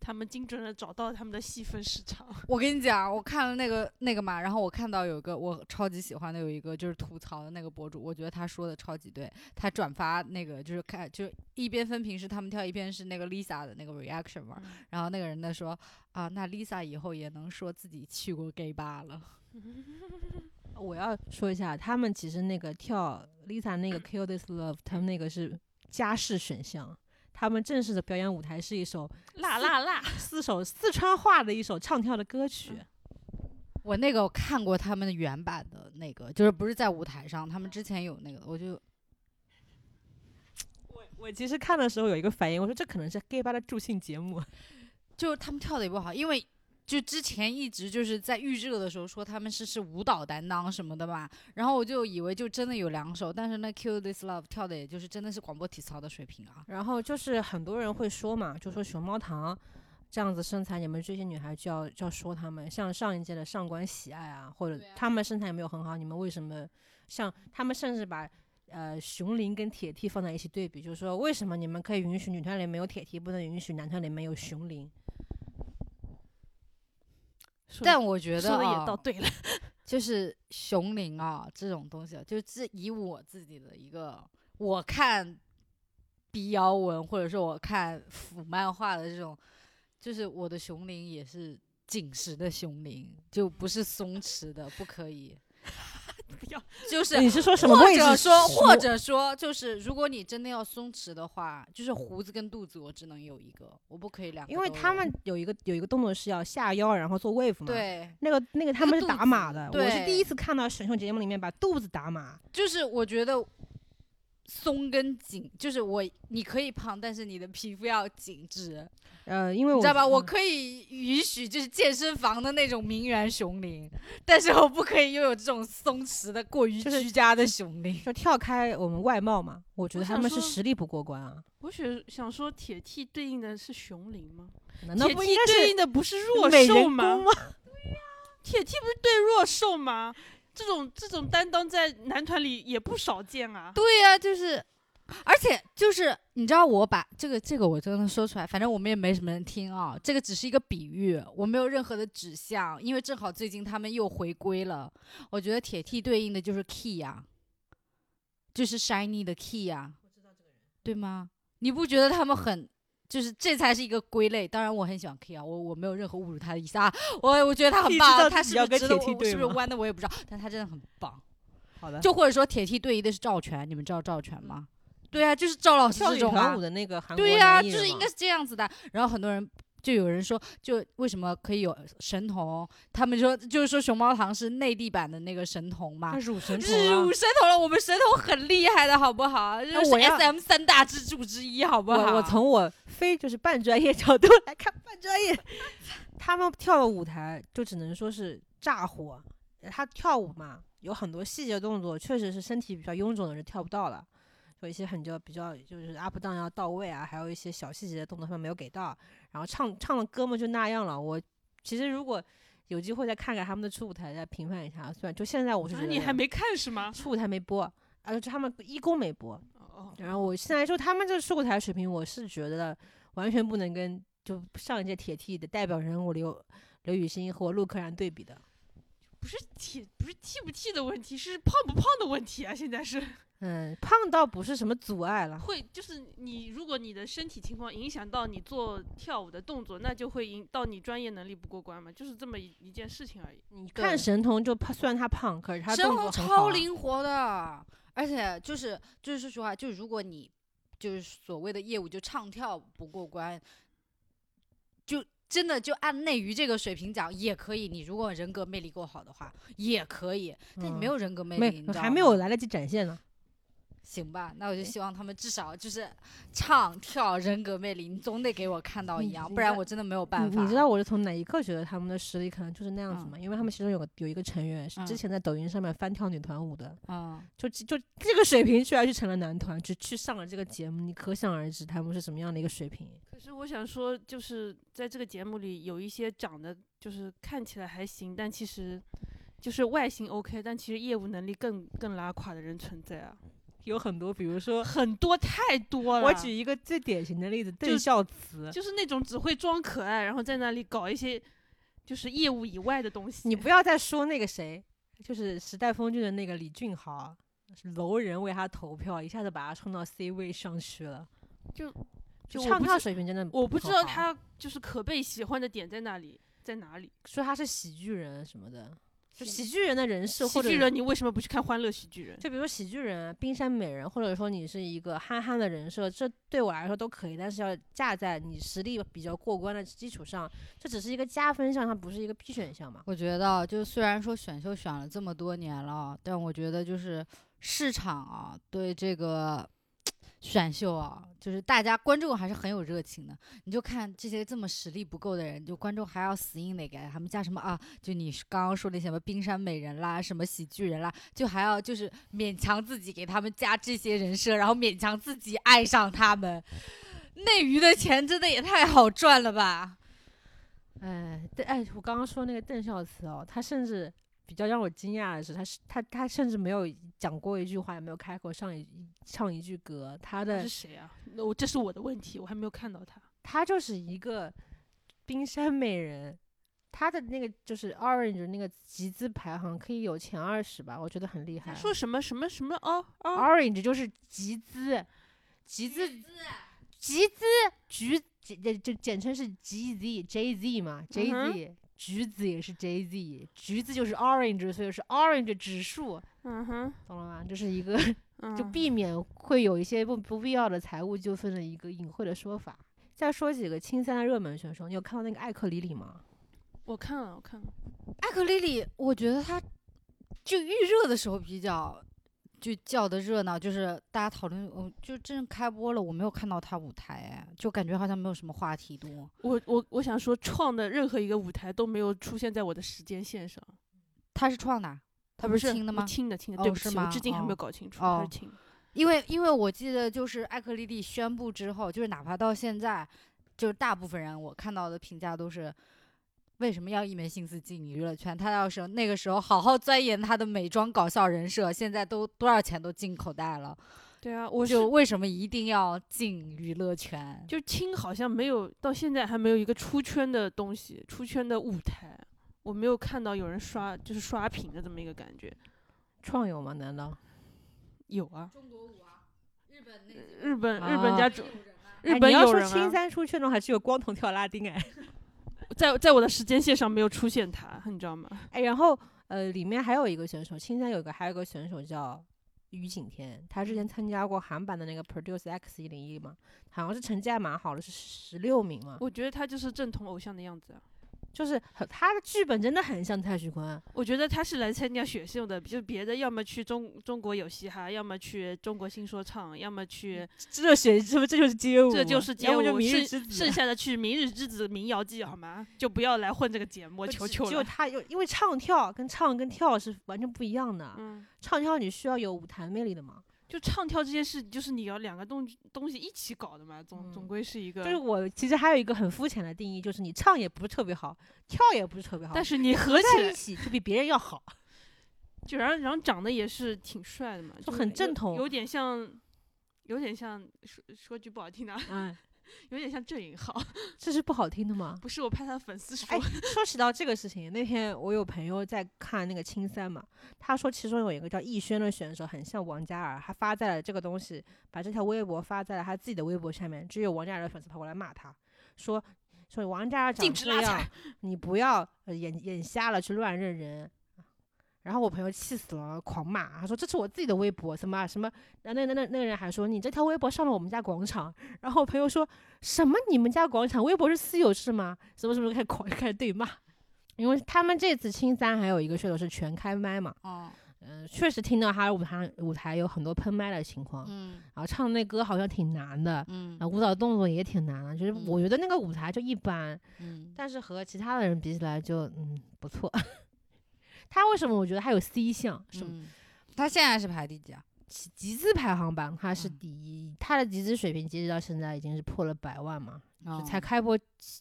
他们精准的找到他们的细分市 场。我跟你讲，我看了那个那个嘛，然后我看到有一个我超级喜欢的，有一个就是吐槽的那个博主，我觉得他说的超级对。他转发那个就是看就是一边分屏是他们跳，一边是那个 Lisa 的那个 reaction 嘛，然后那个人在说啊，那 Lisa 以后也能说自己去过 gay 吧了。我要说一下，他们其实那个跳 Lisa 那个 Kill This Love，他们那个是加试选项。他们正式的表演舞台是一首辣辣辣！四首四川话的一首唱跳的歌曲，我那个我看过他们的原版的那个，就是不是在舞台上，他们之前有那个，我就我我其实看的时候有一个反应，我说这可能是 gay 吧的助兴节目。就是他们跳的也不好，因为就之前一直就是在预热的时候说他们是是舞蹈担当什么的嘛，然后我就以为就真的有两首，但是那 Kill This Love 跳的也就是真的是广播体操的水平啊。然后就是很多人会说嘛，就说熊猫堂这样子身材，你们这些女孩就要就要说她们，像上一届的上官喜爱啊，或者对啊她们身材也没有很好，你们为什么像她们甚至把呃熊铃跟铁蹄放在一起对比，就是说为什么你们可以允许女团里面有铁蹄，不能允许男团里面有熊铃？说但我觉得说的啊也倒对了，就是熊铃啊这种东西啊，就这以我自己的一个我看比较文或者说我看腐漫画的这种，就是我的熊铃也是紧实的熊铃，就不是松弛的，不可以。 不要就是你是说什么或位置？者说，什么或者说，就是如果你真的要松弛的话，就是胡子跟肚子我只能有一个，我不可以两个因都有。为他们有一个有一个动作是要下腰，然后做 wave 嘛。。对，那个那个他那个们是肚打子码的，我是对第一次看到选秀节目里面把肚子打码。就是我觉得松跟紧，就是我你可以胖，但是你的皮肤要紧致，呃，因为你我知道吧？嗯我可以允许就是健身房的那种名媛熊铃，但是我不可以拥有这种松弛的、过于就是居家的熊铃。就跳开我们外貌嘛，我觉我得他想们是说实力不过关啊，我想想说，铁 T 对应的是熊灵吗？难道铁 T 不应该对是应的不是弱美兽人吗 弓？吗？铁 T 不是对弱兽吗？这种这种担当在男团里也不少见啊。对呀、就是，而且就是你知道，我把这个这个我真的说出来，反正我们也没什么人听啊、这个只是一个比喻，我没有任何的指向，因为正好最近他们又回归了，我觉得铁 T 对应的就是 Key 呀、就是 Shiny 的 Key 呀、对吗？你不觉得他们很？就是这才是一个归类，当然我很喜欢 Key 啊，我我没有任何侮辱他的意思啊，我我觉得他很你棒知啊，道他自是己要不跟是值得铁 T 我对是不是吗弯的我也不知道，但他真的很棒。好的，就或者说铁 T 对应的是赵全，你们知道赵全吗？对啊，就是赵老师跳这女种团啊舞，的那个韩国对呀、男艺就人是嘛应该是这样子的。然后很多人就有人说，就为什么可以有神童？他们说就是说熊猫堂是内地版的那个神童嘛他。乳神日童啊舞神童了，我们神童很厉害的好不好？就那是我要 S M 三大支柱之一，好不好？我我从我非就是半专业角度来看，半专业，他们跳的舞台就只能说是炸火。呃他跳舞嘛，有很多细节动作，确实是身体比较臃肿的人跳不到了，有一些很就比较就是 up down 要到位啊，还有一些小细节的动作他们没有给到，然后唱唱的歌嘛就那样了。我其实如果有机会再看看他们的初舞台，再评判一下，虽然就现在我是觉啊，得你还没看是吗？初舞台没播，啊，就他们一公没播，哦然后我现在就他们这出舞台水平，我是觉得完全不能跟就上一届铁 T 的代表人物刘刘雨昕和陆柯燃对比的。不是铁不是 T 不 T 的问题，是胖不胖的问题啊！现 在是嗯，胖倒不是什么阻碍了，会就是你，如果你的身体情况影响到你做跳舞的动作，那就会影到你专业能力不过关嘛，就是这么一一件事情而已。你看神童就怕，虽然他胖，可是他神动童作很好超啊。灵活的，而且就是就是说实话，就是如果你就是所谓的业务就唱跳不过关，就真的就按内娱这个水平讲也可以。你如果人格魅力够好的话也可以，但你嗯没有人格魅力，没你知道还没吗有来得及展现呢。行吧？那我就希望他们至少就是唱跳人格魅力，你总得给我看到一你样，你不然知我真的没有办你法。你知道我是从哪一刻觉得他们的实力可能就是那样子嗯吗？因为他们其中有个有一个成员是嗯之前在抖音上面翻跳女团舞的，嗯，就就这个水平，居然去成了男团，就去上了这个节目，你可想而知他们是什么样的一个水平。可是我想说，就是在这个节目里，有一些长得就是看起来还行，但其实就是外形 OK，但其实业务能力更更拉垮的人存在啊，有很多，比如说很多太多了。我举一个最典型的例子，就邓孝慈。就是那种只会装可爱，然后在那里搞一些就是业务以外的东西。你不要再说那个谁，就是时代峰峻的那个李俊豪，是楼人为他投票，一下子把他冲到 C 位上去了。就就我唱不跳知水平真的很好，我不知道他就是可被喜欢的点在哪里，在哪里。说他是喜剧人什么的，就喜喜剧人的人设喜或者剧人，你为什么不去看《欢乐喜剧人》？就比如说喜剧人啊、冰山美人，或者说你是一个憨憨的人设，这对我来说都可以，但是要架在你实力比较过关的基础上，这只是一个加分项，它不是一个必选项嘛。我觉得，就虽然说选秀选了这么多年了，但我觉得就是市场啊，对这个选秀啊，就是大家观众还是很有热情的。你就看这些这么实力不够的人，就观众还要死硬的给他们加什么啊？就你是刚刚说的什么冰山美人啦，什么喜剧人啦，就还要就是勉强自己给他们加这些人设，然后勉强自己爱上他们。内娱的钱真的也太好赚了吧？哎，对，哎，我刚刚说那个邓孝慈哦，他甚至比较让我惊讶的是，他是他他甚至没有讲过一句话，也没有开口上一唱一句歌，他他的是谁啊？那我这是我的问题，我还没有看到他。他就是一个冰山美人，他的那个就是 Orange 那个集资排行可以有前二十吧，我觉得很厉害。啊说什么什么什么哦哦， Orange 就是集资，集资，嗯集资，橘，简就简称是 GZ JZ 嘛，JZ、橘子也是 J Z，橘子就是 orange，所以是 orange 指数，嗯哼，懂了吗？这是一个嗯就避免会有一些不不必要的财务纠纷的一个隐晦的说法。再说几个青三的热门选手，你有看到那个艾克里里吗？我看了，我看了，艾克丽丽，我觉得她就预热的时候比较就叫的热闹，就是大家讨论，嗯，就真开播了，我没有看到她舞台，哎，就感觉好像没有什么话题度。我我我想说，创的任何一个舞台都没有出现在我的时间线上。她是创的，啊她不啊是清的我吗？清的，清的，哦对不是起，吗我至今还没哦有搞清楚，它哦是清的。因为因为我记得就是艾克丽丽宣布之后，就是哪怕到现在，就是大部分人我看到的评价都是。为什么要一门心思进娱乐圈？她要是那个时候好好钻研她的美妆搞笑人设，现在都多少钱都进口袋了。对啊，我就是为什么一定要进娱乐圈？就清好像没有到现在还没有一个出圈的东西，出圈的舞台，我没有看到有人刷就是刷屏的这么一个感觉。创有吗？难道？有啊，日本呃日本日本家主、日哎本你要有说人青啊，三出圈的话，只有光头跳拉丁哎在在我的时间线上没有出现他，你知道吗？哎，然后呃，里面还有一个选手，青三有一个还有一个选手叫于景天，他之前参加过韩版的那个 Produce X 一零一嘛，好像是成绩还蛮好的，是十六名嘛，我觉得他就是正统偶像的样子啊。就是很他的剧本真的很像蔡徐坤，啊我觉得他是来参加选秀的，就别的要么去中中国有嘻哈，要么去中国新说唱，要么去这选是不是这就是街舞嘛？这就是街要么就舞，明剩日之子啊剩。下的去《明日之子》《民谣记》好吗？就不要来混这个节目，我呃就求只求只有了。他有，因为唱跳跟唱跟跳是完全不一样的。嗯，唱跳你需要有舞台魅力的嘛，就唱跳这件事，就是你要两个东东西一起搞的嘛，总、嗯总归是一个。就是我其实还有一个很肤浅的定义，就是你唱也不是特别好，跳也不是特别好，但是是你合起在一来，起就比别人要好。就然后然后长得也是挺帅的嘛，就是很有正统有点像，有点像说说句不好听的啊， 嗯，有点像郑允浩。 这是不好听的吗？不是我怕他粉丝说，哎，说起到这个事情，那天我有朋友在看那个青三嘛，他说其中有一个叫逸轩的选手很像王嘉尔，他发在了这个东西，把这条微博发在了他自己的微博下面，只有王嘉尔的粉丝跑过来骂他，说说王嘉尔长禁止这拉样踩，你不要呃眼眼瞎了去乱认人。然后我朋友气死了，狂骂，他说这是我自己的微博，什么啊什么，那那那那那个人还说你这条微博上了我们家广场，然后我朋友说什么你们家广场微博是私有制吗？什么什么开始狂开始对骂，因为他们这次青三还有一个选手是全开麦嘛，哦，嗯、确实听到他舞台舞台有很多喷麦的情况，嗯然后唱那歌好像挺难的，嗯啊舞蹈动作也挺难的，就是嗯我觉得那个舞台就一般，嗯，但是和其他的人比起来就嗯不错。 他为什么我觉得他有 C 项？什么嗯他现在是排第几啊？集集资排行榜他是嗯第一，他的集资水平截止到现在已经是破了百万嘛，哦就才开播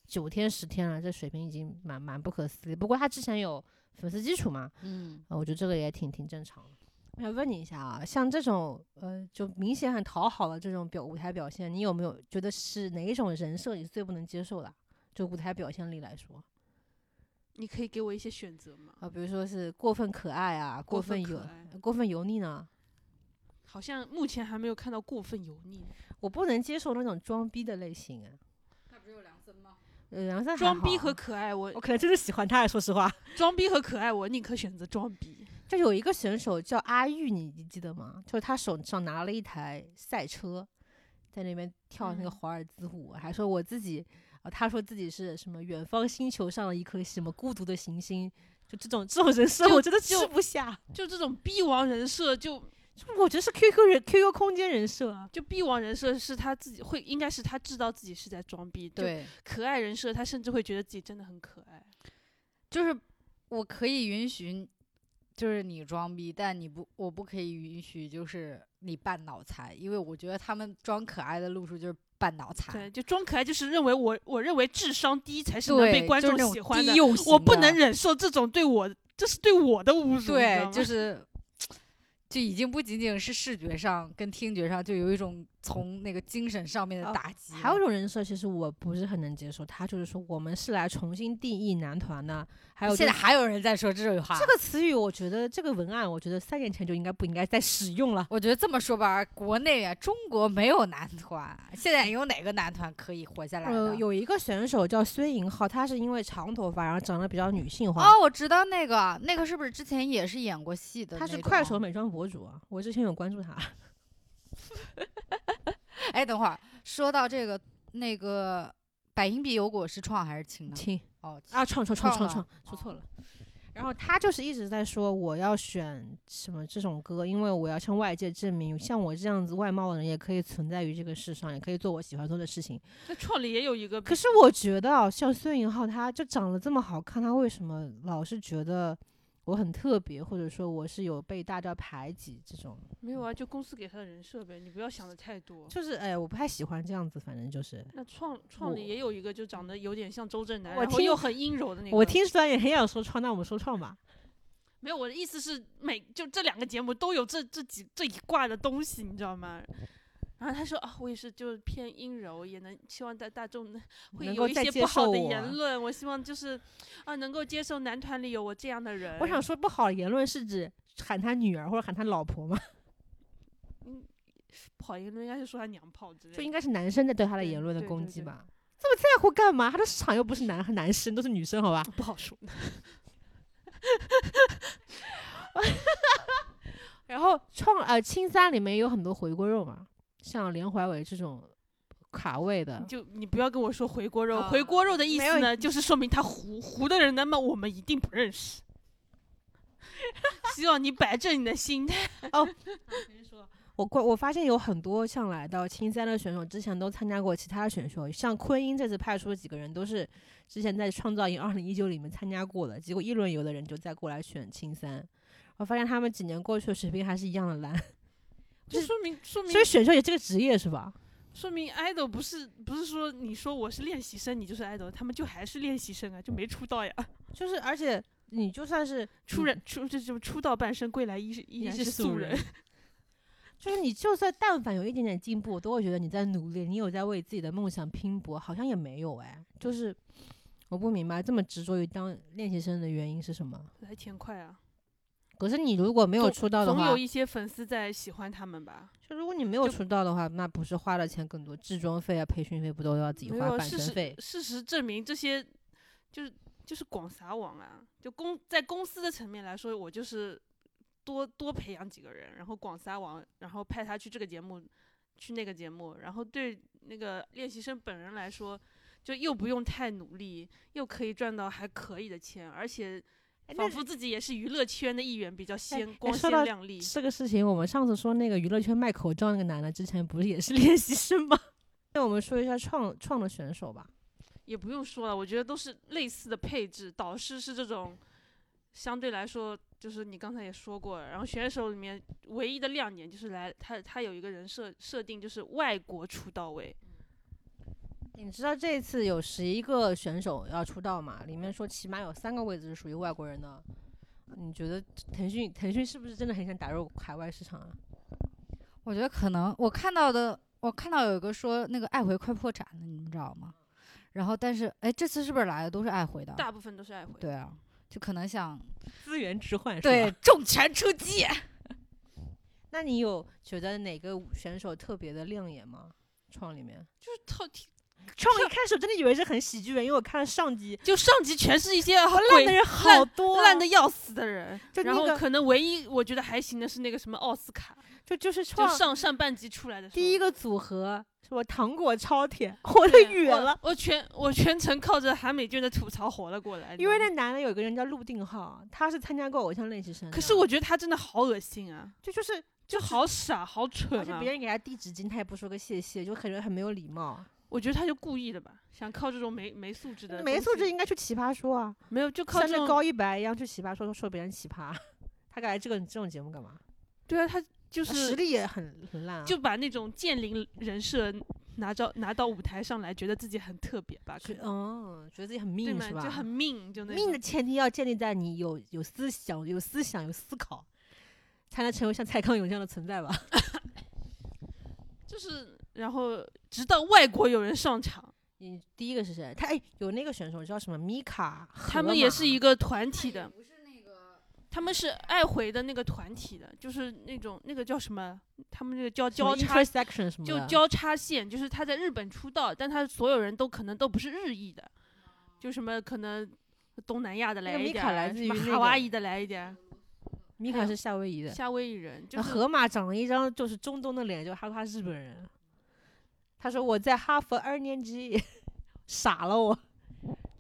九天十天了，这水平已经蛮蛮不可思议。不过他之前有粉丝基础嘛，嗯啊我觉得这个也挺挺正常的。我想问你一下啊，像这种呃，就明显很讨好的这种表舞台表现，你有没有觉得是哪一种人设你最不能接受的啊？就舞台表现力来说，你可以给我一些选择吗？啊，比如说是过分可爱啊，过过分分油可爱，过分油腻呢？好像目前还没有看到过分油腻的。我不能接受那种装逼的类型啊。他不是有梁森吗？呃梁山还装好逼哦和可爱，我我可能真的喜欢他，说实话。装逼和可爱，我宁可选择装逼。就有一个选手叫阿玉，你你记得吗？就是他手上拿了一台赛车，在那边跳那个嗯华尔兹舞，还说我自己，呃，他说自己是什么远方星球上的一颗什么孤独的行星，就这种这种人设，就我真的吃就不下。就这种逼王人设就，就我觉得是 QQ 人 QQ 空间人设啊。逼王人设是他自己会，应该是他知道自己是在装逼。，对，可爱人设他甚至会觉得自己真的很可爱。就是我可以允许，就是你装逼，但你不，我不可以允许，就是你扮脑残，因为我觉得他们装可爱的路数就是扮脑对，残，就装可爱就是认为我，我认为智商低才是能对，被观就是众那种喜欢低的，幼我型不的能忍受这种对我，这是对我的侮辱。你知道对吗，就是就已经不仅仅是视觉上跟听觉上，就有一种从那个精神上面的哦打击。还有一种人设，其实我不是很能接受，他就是说我们是来重新定义男团的，还有现就在还有人在说这句话，这个词语，我觉得这个文案，我觉得三年前就应该不应该再使用了。我觉得这么说吧，国内啊，中国没有男团，现在有哪个男团可以活下来的？呃，有一个选手叫孙颖浩，她是因为长头发，然后长得比较女性化。哦，我知道那个，那个是不是之前也是演过戏的？她是快手。美妆博主啊，我之前有关注她。哎，等会儿说到这个，那个百因比有果是创还是青呢？亲哦，啊，创创创创创了创，说错了。然后她就是一直在说我要选什么这种歌，因为我要向外界证明，像我这样子外貌的人也可以存在于这个世上，也可以做我喜欢做的事情。那创里也有一个，可是我觉得啊，像孙颖浩，她就长得这么好看，她为什么老是觉得我很特别，或者说我是有被大家排挤这种？没有啊，就公司给他的人设呗，你不要想的太多。就是哎，我不太喜欢这样子，反正就是。那创创里我也有一个，就长得有点像周震南，我然后听又很阴柔的那个。我听出来也很想说创，那我们说创吧。没有，我的意思是每就这两个节目都有这这几这一挂的东西，你知道吗？然后他说啊，我也是就是偏阴柔，也能希望大大众能会能有够一再些接不好受的我啊言论，我希望就是啊能够接受男团里有我这样的人。我想说不好的言论是指喊她女儿或者喊她老婆吗？嗯不好言论应该是说他娘炮之类就应的。该是男生在对她的对言论的对攻对击对吧？这么在乎干嘛？她的市场又不是男男生，都是女生，好吧？不好说， 然后创呃青三里面也有很多回锅肉嘛，像梁怀伟这种卡位的你，就你不要跟我说回锅肉，啊回锅肉的意没有思呢，就是说明他糊糊的人，那么我们一定不认识。 希望你摆正你的心态。我关我发现有很多像来到青三的选手，之前都参加过其他的选秀，像昆英这次派出的几个人都是之前在《创造营二零一九》里面参加过的，结果一轮游的人就再过来选青三，我发现他们几年过去的水平还是一样的烂， 就是说明说明所以选秀也这个职业是吧？说明 idol 不是不是说你说我是练习生，你就是 idol，他们就还是练习生啊，就没出道呀。 就是而且你就算是出人。人出这就出道半生，归来依是嗯依依然是是素素人人。就是你就算但凡有一点点进步，我都会觉得你在努力，你有在为自己的梦想拼搏，好像也没有哎。就是我不明白这么执着于当练习生的原因是什么。 来钱快啊，可是你如果没有总出道的总话有，一些粉丝在喜欢他们吧？就如果你没有就出道的话，那不是花了钱更多，制装费啊、培训费不都要自己没花？有，版事权实费？事实证明，这些就是就是广撒网啊。就公在公司的层面来说，我就是多多培养几个人，然后广撒网，然后派他去这个节目，去那个节目。然后对那个练习生本人来说，就又不用太努力，又可以赚到还可以的钱，而且哎那哎仿佛自己也是娱乐圈的一员，比较鲜光说鲜到亮丽。这个事情，我们上次说那个娱乐圈卖口罩那个男的，之前不是也是 练习生吗？那我们说一下创创的选手吧。也不用说了，我觉得都是类似的配置。导师是这种，相对来说就是你刚才也说过了，然后选手里面唯一的亮点就是来他他有一个人设设定就是外国出道位，你知道这次有十一个选手要出道嘛？里面说起码有三个位置是属于外国人的。你觉得腾讯腾讯是不是真的很想打入海外市场啊？我觉得可能我看到的，我看到有一个说那个爱回快破产了，你们知道吗？然后但是哎，这次是不是来的都是爱回的？大部分都是爱回。对啊，就可能想资源置换对。对重拳出击。那你有觉得哪个选手特别的亮眼吗？创里面，就是特挺创一开始我真的以为是很喜剧人，因为我看了上集，就上级全是一些好哦烂的人好多、啊烂的要死的人，就然那后个可能唯一我觉得还行的是那个什么奥斯卡，就就是创就上上半集出来的时候第一个组合什么糖果超 甜，我的对远我了。我全我全程靠着韩美娟的吐槽活了过来，你因为知那道吗男的有个人叫陆定浩，他是参加过偶像练习生的。可是我觉得他真的好恶心啊。就就是就好傻，好蠢而且啊！别人给他递纸巾，他也不说个谢谢，就很很没有礼貌。我觉得他就故意的吧，想靠这种没没素质的，没素质，应该去奇葩说啊，没有就靠穿这着种，高一白一样去奇葩说说别人奇葩，他敢来这个这种节目干嘛？对啊，他就实是力也很很烂啊。就把那种剑灵人设拿到拿到舞台上来，觉得自己很特别吧，可觉能嗯，觉得自己很对命吗是？吧？就很命，就那命的种前提要建立在你有有思想、有思想、有思考。才能成为像蔡康永这样的存在吧？就是然后直到外国有人上场，你第一个是谁？他哎，有那个选手叫什么米卡，他们也是一个个团体的，不是那个他们是爱回的那个团体的，就是那种那个叫什么，他们那个叫交叉 intersection 什么就的，交叉线，就是他在日本出道，但他所有人都可能都不是日裔的，就什么可能东南亚的那来个一米点卡儿，来自于什么那夏个威夷的来一点儿，米还卡有是夏威夷的，夏威夷人就那是河马长了一张就是中东的脸，就他说他是日本人。他说我在哈佛二年级， 傻了我。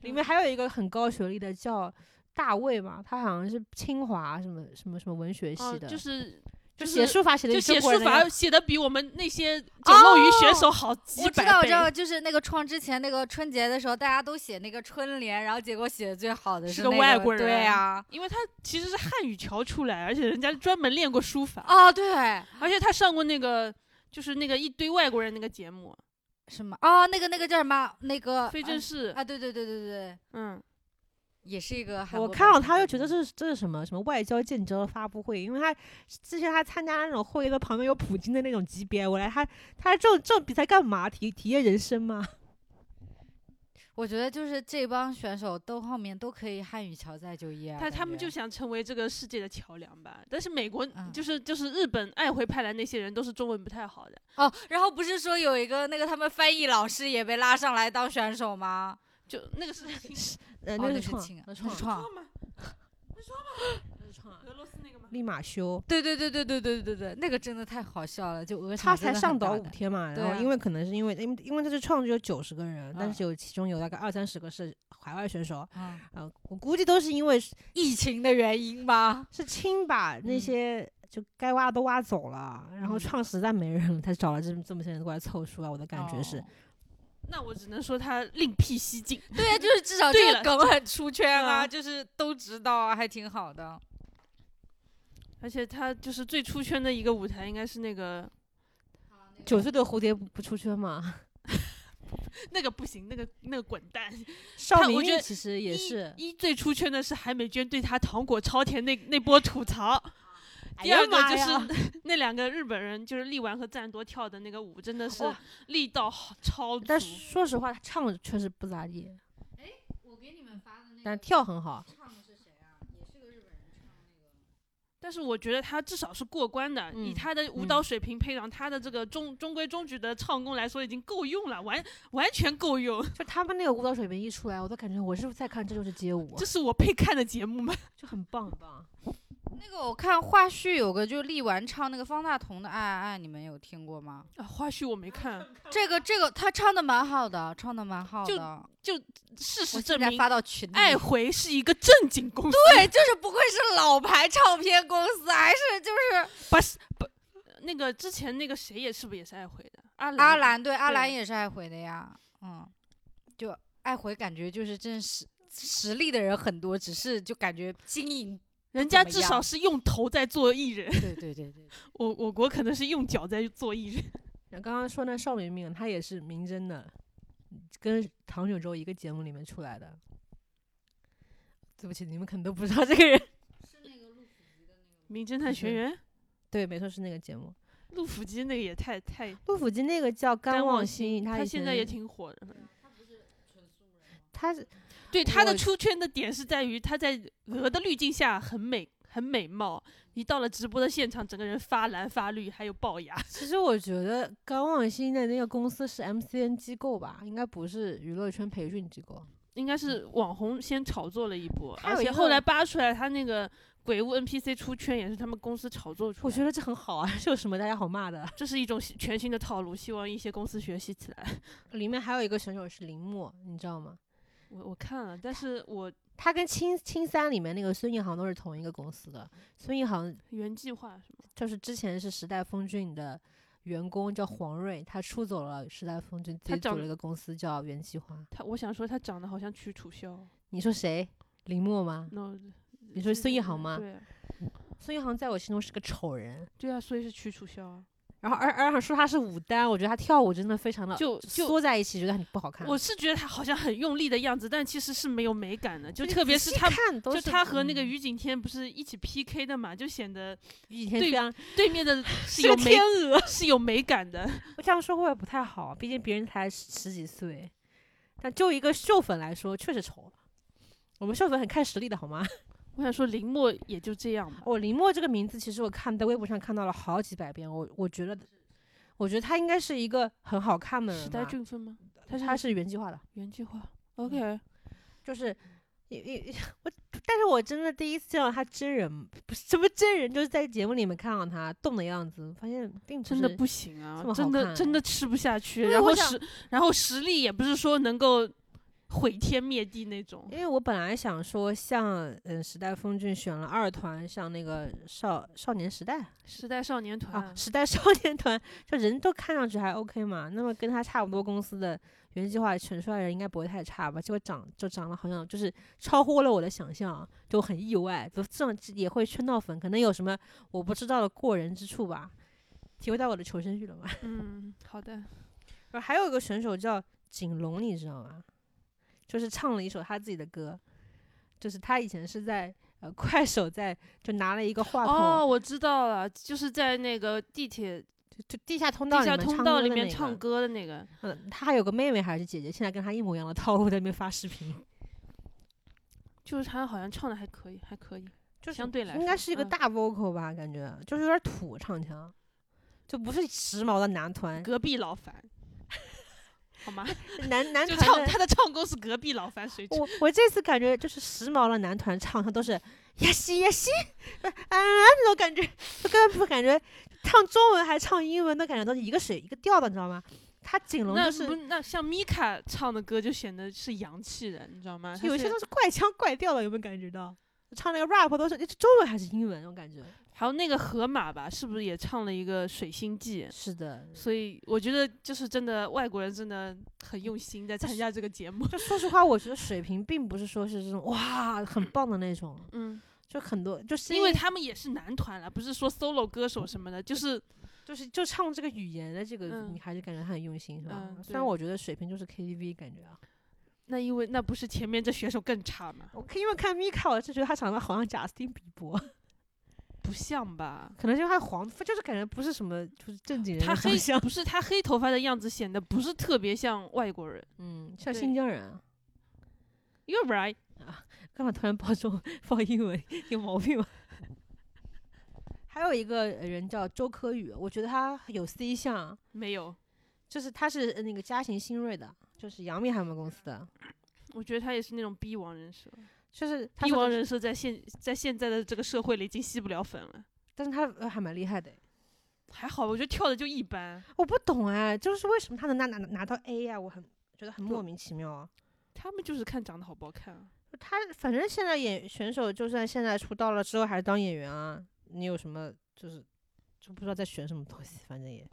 里面还有一个很高学历的叫大卫嘛，他好像是清华什么什么什么文学系嗯，的，就是就就写是书法写的哦就写书法写的比我们那些九漏鱼选手好几我知道，百我倍知。道，就是那个创之前那个春节的时候，大家都写那个春联，然后结果写的最好的是个那个外国对人呀、因为他其实是汉语桥出来，而且人家专门练过书法，啊，哦对，而且他上过那个就是那个一堆外国人那个节目，什么啊、哦那个那个叫什么？那呃个非正式，啊，对对对对对，嗯，也是一个韩我国看版到的他就那觉得个这是这是什么什么外交建交的发布会，因为他之前他参加那种会议的旁边有普京的那种级别，我来他他这种这种比赛干嘛？体体验人生吗？ 我觉得就是这帮选手都后面都可以汉语桥再就业啊，他感他们觉就想成为这个世界的桥梁吧。但是美国嗯就是就是日本爱回派来那些人都是中文不太好的，哦，然后不是说有一个那个他们翻译老师也被拉上来当选手吗？就那个是 呃，哦那是是创青啊，那那是是创，创，那是创，俄罗斯那个吗？利马修。对对对对对对对对，那个真的太好笑了，就鹅他厂真才的上很岛大五胆天嘛，对然后啊因为可能是因为因为因为这次创只有九十个人，但嗯是有其中有大概二三十个是海外选手，嗯，啊，我估计都是因为是疫情的原因吗？是亲把那嗯些就该挖的都挖走了，然后嗯创实在没人了，他找了这么这么些人过来凑数啊，我的感觉是哦，那我只能说他另辟蹊径。对啊，就是至少对这了个梗很出圈对啊，啊就是都知道啊，还挺好的。而且他就是最出圈的一个舞台，应该是那个九岁的蝴蝶不不出圈 嘛，那个不行，那个那个滚蛋。嗯邵我明觉玉得其实也是，一一最出圈的是韩美娟对他糖果超甜那那波吐槽，哎第呀二个妈就呀是 那两个日本人，就是力丸和赞多跳的那个舞，真的是哇力道好超足。但说实话，他唱的确实不咋地，哎我给你们发的那但跳很好。唱的是谁啊？也是个日本人唱那但是我觉得他至少是过关的，以嗯他的舞蹈水平配上他的这个中中规中矩的唱功来说，已经够用了，完完全够用。就他们那个舞蹈水平一出来，我都感觉我是不是在看《这就是街舞》啊这，是我配看的节目吗？就很棒很棒。个。那个我看花絮有个就是力丸唱那个方大同的《爱爱爱》，你们有听过吗？ 啊、花絮我没看，这个这个他唱的蛮好的，唱的蛮好就的。事实我现证在明，发到群里。 哎爱回是一个正经公司，对，就是不愧是老牌唱片公司，还是就是不是不，那个之前那个谁也是不是也是爱回的？阿兰阿兰，对，阿对兰也是爱回的呀，嗯，就爱回感觉就是真实实力的人很多，只是就感觉经营，人家怎么至少样是用头在做艺 人， 对对对对，我我国可能是用脚在做艺人。那刚刚说那邵明明，他也是明真的，跟唐九洲一个节目里面出来的。对不起，你们可能都不知道这个人。 名侦探学员对，没错，是那个节目。陆府基那个也太太陆府基那个叫甘望心，心，他以现前在也挺火的。他是对他的我出圈的点是在于他在鹅的滤镜下很美很美貌，一到了直播的现场，整个人发蓝发绿，还有龅牙。其实我觉得甘望心的那个公司是 MCN 机构吧，应该不是娱乐圈培训机构。应该是网红先炒作嗯了一波，他而有一且个后来扒出来他那个鬼屋 NPC 出圈也是他们公司炒作出我来觉的。得这很好啊， 这有什么大家好骂的？这是一种新全新的套路，希望一些公司学习起来。里面还有一个选手是林默，你知道吗？ 我我看了，但是我他跟青青三里面那个孙一航都是同一个公司的。孙一航原计划什么，就是之前是时代峰峻的员工叫黄瑞，他出走了时代峰峻，自他己组长了一个公司叫元气花。他我想说他长得好像许楚萧，你说谁？林默吗？那我你说孙一航吗？对啊孙一航在我心中是个丑人，对啊，所以是许楚萧啊。然然后而而想说他是舞担，我觉得他跳舞真的非常的就就缩在一起，觉得很不好看。我是觉得他好像很用力的样子，但其实是没有美感的，就你特别仔是细他。看都就是他和那个嗯于景天不是一起 PK 的嘛，就显得于景天对非常对面 的是是有个美天鹅，是有美感的。我这样说会不会不太好？毕竟别人才十十几岁，但就一个秀粉来说，确实丑。我们秀粉很看实力的好吗？ 我想说林默也就这样吧。我林默这个名字，其实我看在微博上看到了好几百遍，我我觉得，我觉得她应该是一个很好看的人吧。时代俊分吗？她是他是嗯她是原计划的，原计划。OK，就是。因因我，但是我真的第一次见到她真人，不是什么真人，就是在节目里面看到她动的样子，发现并不真的是不行啊这么，好真看的真的吃不下去。为然我后想实，然后实力也不是说能够毁天灭地那种。因为我本来想说像，嗯时代峰峻选了二团，像那个少少年时代时代少年团啊，时代少年团， 就人都看上去还 OK 嘛。那么跟他差不多公司的原计划选出来的人应该不会太差吧？结果长就长得好像就是超乎了我的想象，啊就很意外。就这样也会圈到粉，可能有什么我不知道的过人之处吧？体会到我的求生欲了吗？嗯，好的。然后还有一个选手叫景龙，你知道吗？就是唱了一首他自己的歌，就是他以前是在呃快手在就拿了一个话筒，哦，我知道了，就是在那个地铁就就地下通道地里下面通唱道歌里的面那唱个。歌的那个。嗯，他还有个妹妹还是姐姐，现在跟他一模一样的套路在那边发视 频，就是他好像唱的还可以，还可以。就是相对来应该说是一个嗯大 vocal 吧，感觉就是有点土唱腔，就不是时髦的男团，隔壁老 樊，好吗？男男就团唱的他的唱功是隔壁老樊水准。我我这次感觉就是时髦的男团唱，他都 是呀西呀西，啊啊那种感觉，就根本不感觉唱中文还唱英文的感觉都是一个水一个调的，你知道吗？他锦龙那就不是那像米卡唱的歌就显得是洋气人，你知道吗？他有一些是都是怪腔怪调的，有没有感觉到？唱那个 rap 都是诶中文还是英文，我感觉还有那个河马吧，是不是也唱了一个《水星记》？是的。所以我觉得就是真的外国人真的很用心在参加这个节目。就说实话，我觉得水平并不是说是这种哇很棒的那种，嗯，就很多就是因为他们也是男团了，不是说 solo 歌手什么的，就是就是就唱这个语言的这个，嗯你还是感觉他很用心是吧？嗯虽然对我觉得水平就是 KTV 感觉啊，那因为那不是前面这选手更差吗？我看因为看米卡，我是觉得他长得好像贾斯汀比 伯，不像吧？可能是因为他黄，就是感觉不是什么就是正经人他的黑长相，不是他黑头发的样子显得不是特别像外国人。嗯，像对新疆人啊。 You're right，干嘛突然爆中爆英文？有毛病吗？ 还有一个人叫周柯宇，我觉得他有 C 项，没有，就是他是呃那个嘉行新锐的，就是杨幂他们公司的，我觉得他也是那种逼王人设。就是他逼说王的人设在现在现在的这个社会里已经吸不了粉了。但是他呃还蛮厉害的。还好，我觉得跳的就一般。我不懂哎，就是为什么他能拿拿拿到 A 呀、我很觉得很不莫名其妙啊。他们就是看长得好不好看啊。他反正现在演选手，就算现在出道了之后还是当演员啊。你有什么就是就不知道在选什么东西，反正也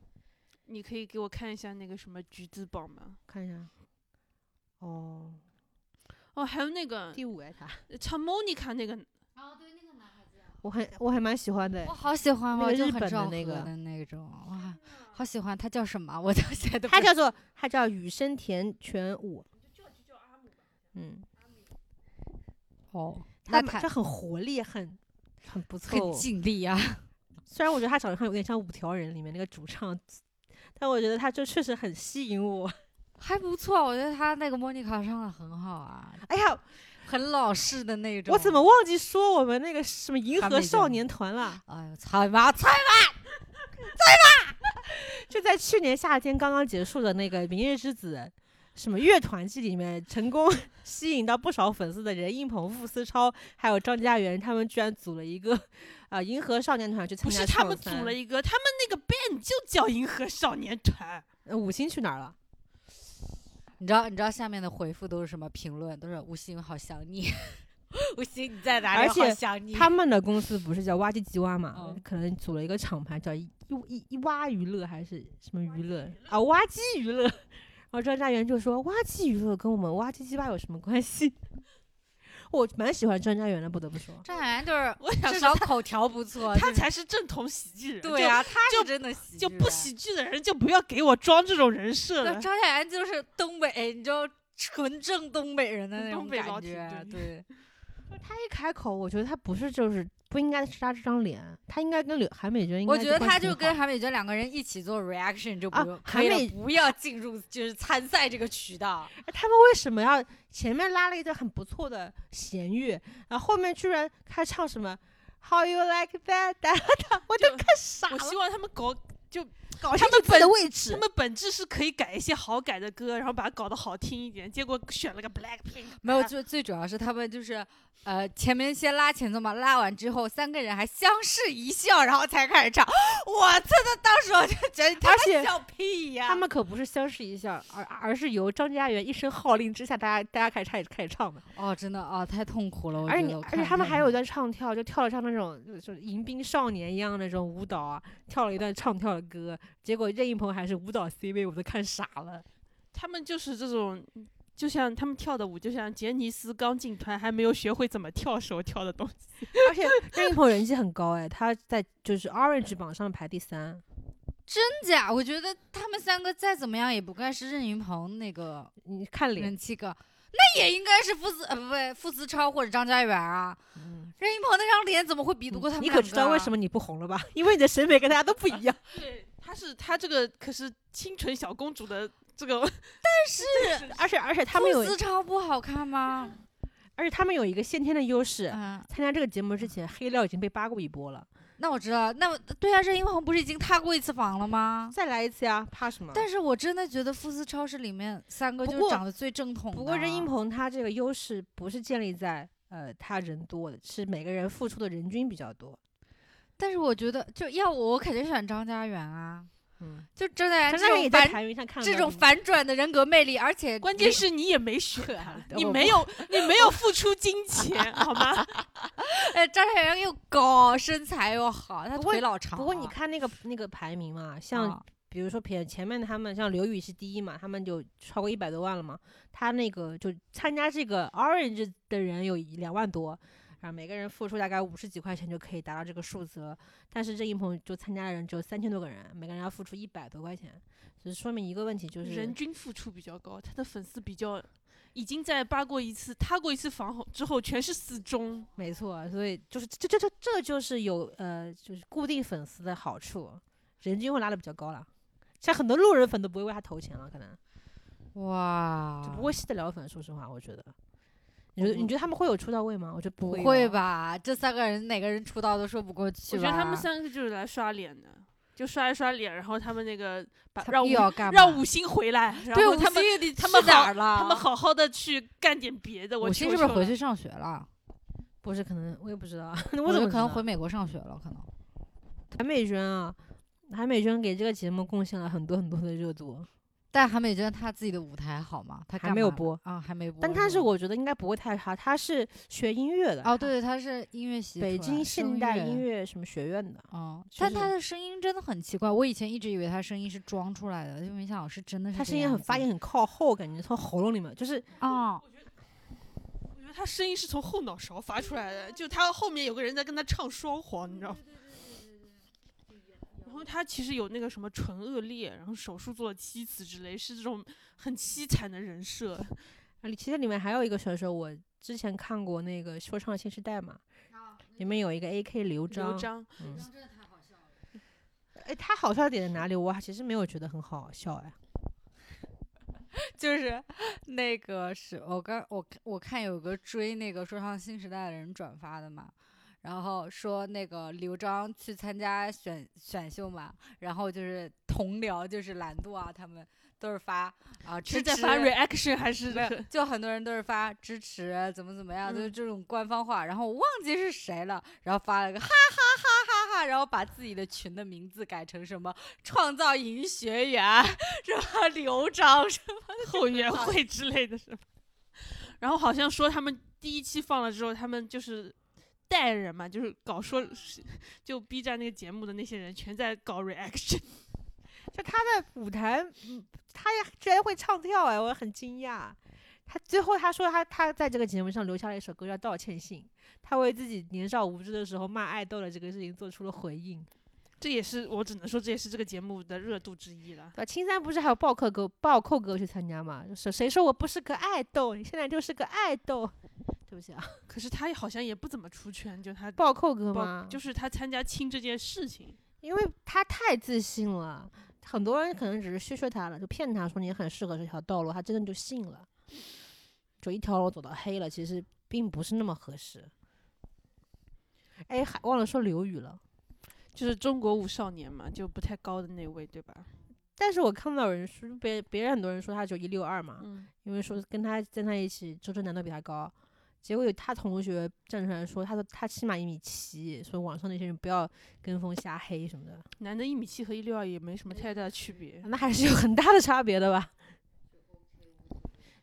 你可以给我看一下那个什么橘子榜吗？看一下。哦，哦，还有那个第五哎，他唱 Monica 那个， 我很哦我还蛮喜欢的我。好喜欢那我个就日本很的昭那和个的那种，哇，好喜欢他叫什么？我 到现在都不他知道叫做他叫羽生田全武。嗯，哦，他那蛮他这很活力，很很不很错。尽力啊，虽然我觉得他长得像有点像五条人里面那个主唱，但我觉得他就确实很吸引我。还不错，我觉得他那个莫妮卡唱的很好啊，哎呀，很老式的那种。我怎么？忘记说我们那个什么银韩河美少人年团了？哎呦，操你 妈！操就在去年夏天刚刚结束的那个《明日之子》什么乐团季里面，成功 吸引到不少粉丝的任应鹏、傅思超还有张家元，他们居然组了一个啊、呃银河少年团去参不加是创他三。们组了一个，他们那个 band 就叫银河少年 团。呃五星去哪儿了？你知道你知道下面的回复都是什么评论？都是吴昕好想你，吴昕你在哪里？而且好想你。他们的公司不是叫挖机吉蛙嘛？哦嗯可能组了一个厂牌叫一一一蛙娱乐还是什么娱乐啊？挖机娱乐。然后张家元就说：“挖机娱乐跟我们挖机鸡巴有什么关系？” 我蛮喜欢张家源的，不得不说。张小然就是我想至说少口条不错，他就是才是正统喜剧人，对就呀、他就是真的喜就剧不人喜剧的人就不要给我装这种人设对，了。张小然就是东北，你知道，纯正东北人的那东种北感老铁觉，啊对，他一开口，我觉得他不是就是不应该是他这张脸，他应该跟刘韩美娟应该我觉得关系他就很跟好韩美娟两个人一起做 reaction 就不啊用，韩可以了美不要进入就是参赛这个渠道，哎他们为什么要前面拉了一段很不错的弦乐，然后后面居然开始唱什么 How you like that？哒哒哒我都就看傻我了，希望他们搞搞他清楚们自己的本位他置。们本质是可以改一些好改的歌，然后把它搞得好听一点，结果选了个 Blackpink， 没有，啊最最主要是他们就是，呃，前面先拉前奏嘛，拉完之后三个人还相视一笑，然后才开始唱，我真的当时我就觉得他而们且笑屁呀、他们可不是相视一笑，而而是由张家源一声号令之下，大家大家开始开始开始唱的。哦，真的啊，太痛苦了，我而且觉你，得我而看且着他们太还痛有一苦段唱跳，就跳了像那种就是迎宾少年一样的那种舞蹈啊，跳了一段唱跳的歌，结果任意鹏还是舞蹈 C 位，我都看傻了。他们就是这种。就像他们跳的舞，就像杰尼斯刚进团还没有学会怎么跳时候跳的东西。而且任意鹏人气很高哎，他在就是 Orange 榜上排第三，真假？我觉得他们三个再怎么样也不该是任云鹏那个你看脸，人气高，那也应该是傅子呃不对，傅思超或者张家元啊。嗯任云鹏那张脸怎么会比你得过他们你两可个？啊知道为什么？么你不红了吧？因为你的审美跟大家都不一样。对，他是他这个可是清纯小公主的这个 而且而且他们有傅，思超不好看吗？而且他们有一个先天的优势。嗯，参加这个节目之前，黑料已经被扒过一波了，那我知道，那我对啊，任云鹏不是已经踏过一次访了吗？再来一次呀，怕什么？嗯但是我真的觉得傅思超是里面三个不就是过长得最正统的。不过任英鹏他这个优势不是建立在呃他人多的，是每个人付出的人均比较多。但是我觉得就要我，我肯定选张家元啊。嗯，就张家元陈这佳明也种在反台面上看了这到种你反转的人格魅力，而且关键是你也没选啊，的你我没有你没有付出金钱，好吗？哎，张小阳又高，身材又好，他不过腿老长。不过你，看那个那个排名嘛，像、啊比如说撇前面他们，像刘宇是第一嘛，他们就超过一百多万了嘛。他那个就参加这个 Orange 的人有两万多，然后每个人付出大概五十几块钱就可以达到这个数字了。但是这一鹏就参加的人只有三千多个人，每个人要付出一百多块钱，只是说明一个问题，就是人均付出比较高，他的粉丝比较已经在扒过一次、塌过一次防后之后，全是死忠。没错，所以就是这这这这就是有呃，就是固定粉丝的好处，人均会拉的比较高了。像很多路人粉都不会为他投钱了，可能哇，就不会吸得了粉。说实话，我觉得，你觉得你觉得他们会有出道位吗？我觉得不不会，会？吧？这三个人哪个人出道都说不过去我吧？觉得他们三个就是来刷脸的，就刷一刷脸，然后他们那个把他让又五要干嘛？让五星回来，然对后五他们星你他们去哪好儿了？他们好好的去干点别的。我五星求是不是求回了去上学了？不是，可能我也不知道， 我我怎有么可能知回道美国上学了？可能韩美娟啊？韩美娟给这个节目贡献了很多很多的热度，但韩美娟她自己的舞台好吗？她还干没有嘛播啊，还没播。但她是吗我觉得应该不会太差，她是学音乐的哦，，对，她是音乐系出来，北京现声代音。乐什么学院的，哦，就但是她的声音真的很奇怪，我以前一直以为她声音是装出来的，就没想到是真的是她这样子。声音很发音很靠后，感觉从喉咙里面就是啊，我觉得他声音是从后脑勺发出来的，就他后面有个人在跟他唱双簧，你知道吗？然后他其实有那个什么唇腭裂，然后手术做了七次之类，是这种很凄惨的人设。啊，里其实里面还有一个选手，我之前看过那个《说唱新时代》嘛，里面有一个 AK 刘璋，哦刘璋，嗯，哎，他好笑点在哪里？我其实没有觉得很好笑哎，就是那个是我刚我我看有个追那个说唱新时代的人转发的嘛，然后说那个刘璋去参加选选秀嘛，然后就是同僚就是懒惰啊，他们都是发啊支是持在发 reaction 还是没有，就很多人都是发支持怎么怎么样，就是嗯这种官方话，然后我忘记是谁了，然后发了个哈哈哈哈哈，然后把自己的群的名字改成什么创造营学员， 什么刘璋什么 后援会之类的什么？然后好像说他们第一期放了之后，他们就是带人嘛，就是搞说，就 B 站那个节目的那些人全在搞 reaction。 就他的舞台，嗯，他也居然会唱跳哎，我很惊讶。他最后他说他他在这个节目上留下了一首歌叫《道歉信》，他为自己年少无知的时候骂爱豆的这个事情做出了回应。这也是我只能说这也是这个节目的热度之一了。对吧？青山不是还有暴扣哥、暴扣哥去参加嘛？谁谁说我不是个爱豆？你现在就是个爱豆，对不起啊，可是他好像也不怎么出圈，就他暴扣哥报嘛，就是他参加亲这件事情，因为他太自信了，很多人可能只是学学他了，就骗他说你很适合这条道路，他真的就信了，就一条龙走到黑了，其实并不是那么合适。哎，还忘了说刘宇了，就是中国舞少年嘛，就不太高的那位，对吧？但是我看到有人说别别人很多人说他只有一六二嘛，嗯，因为说跟他站在一起，周震南都比他高。结果有他同学站出来说，他说他起码一米七，所以网上那些人不要跟风瞎黑什么的，男的一米七和一六二也没什么太大的区别。那还是有很大的差别的吧。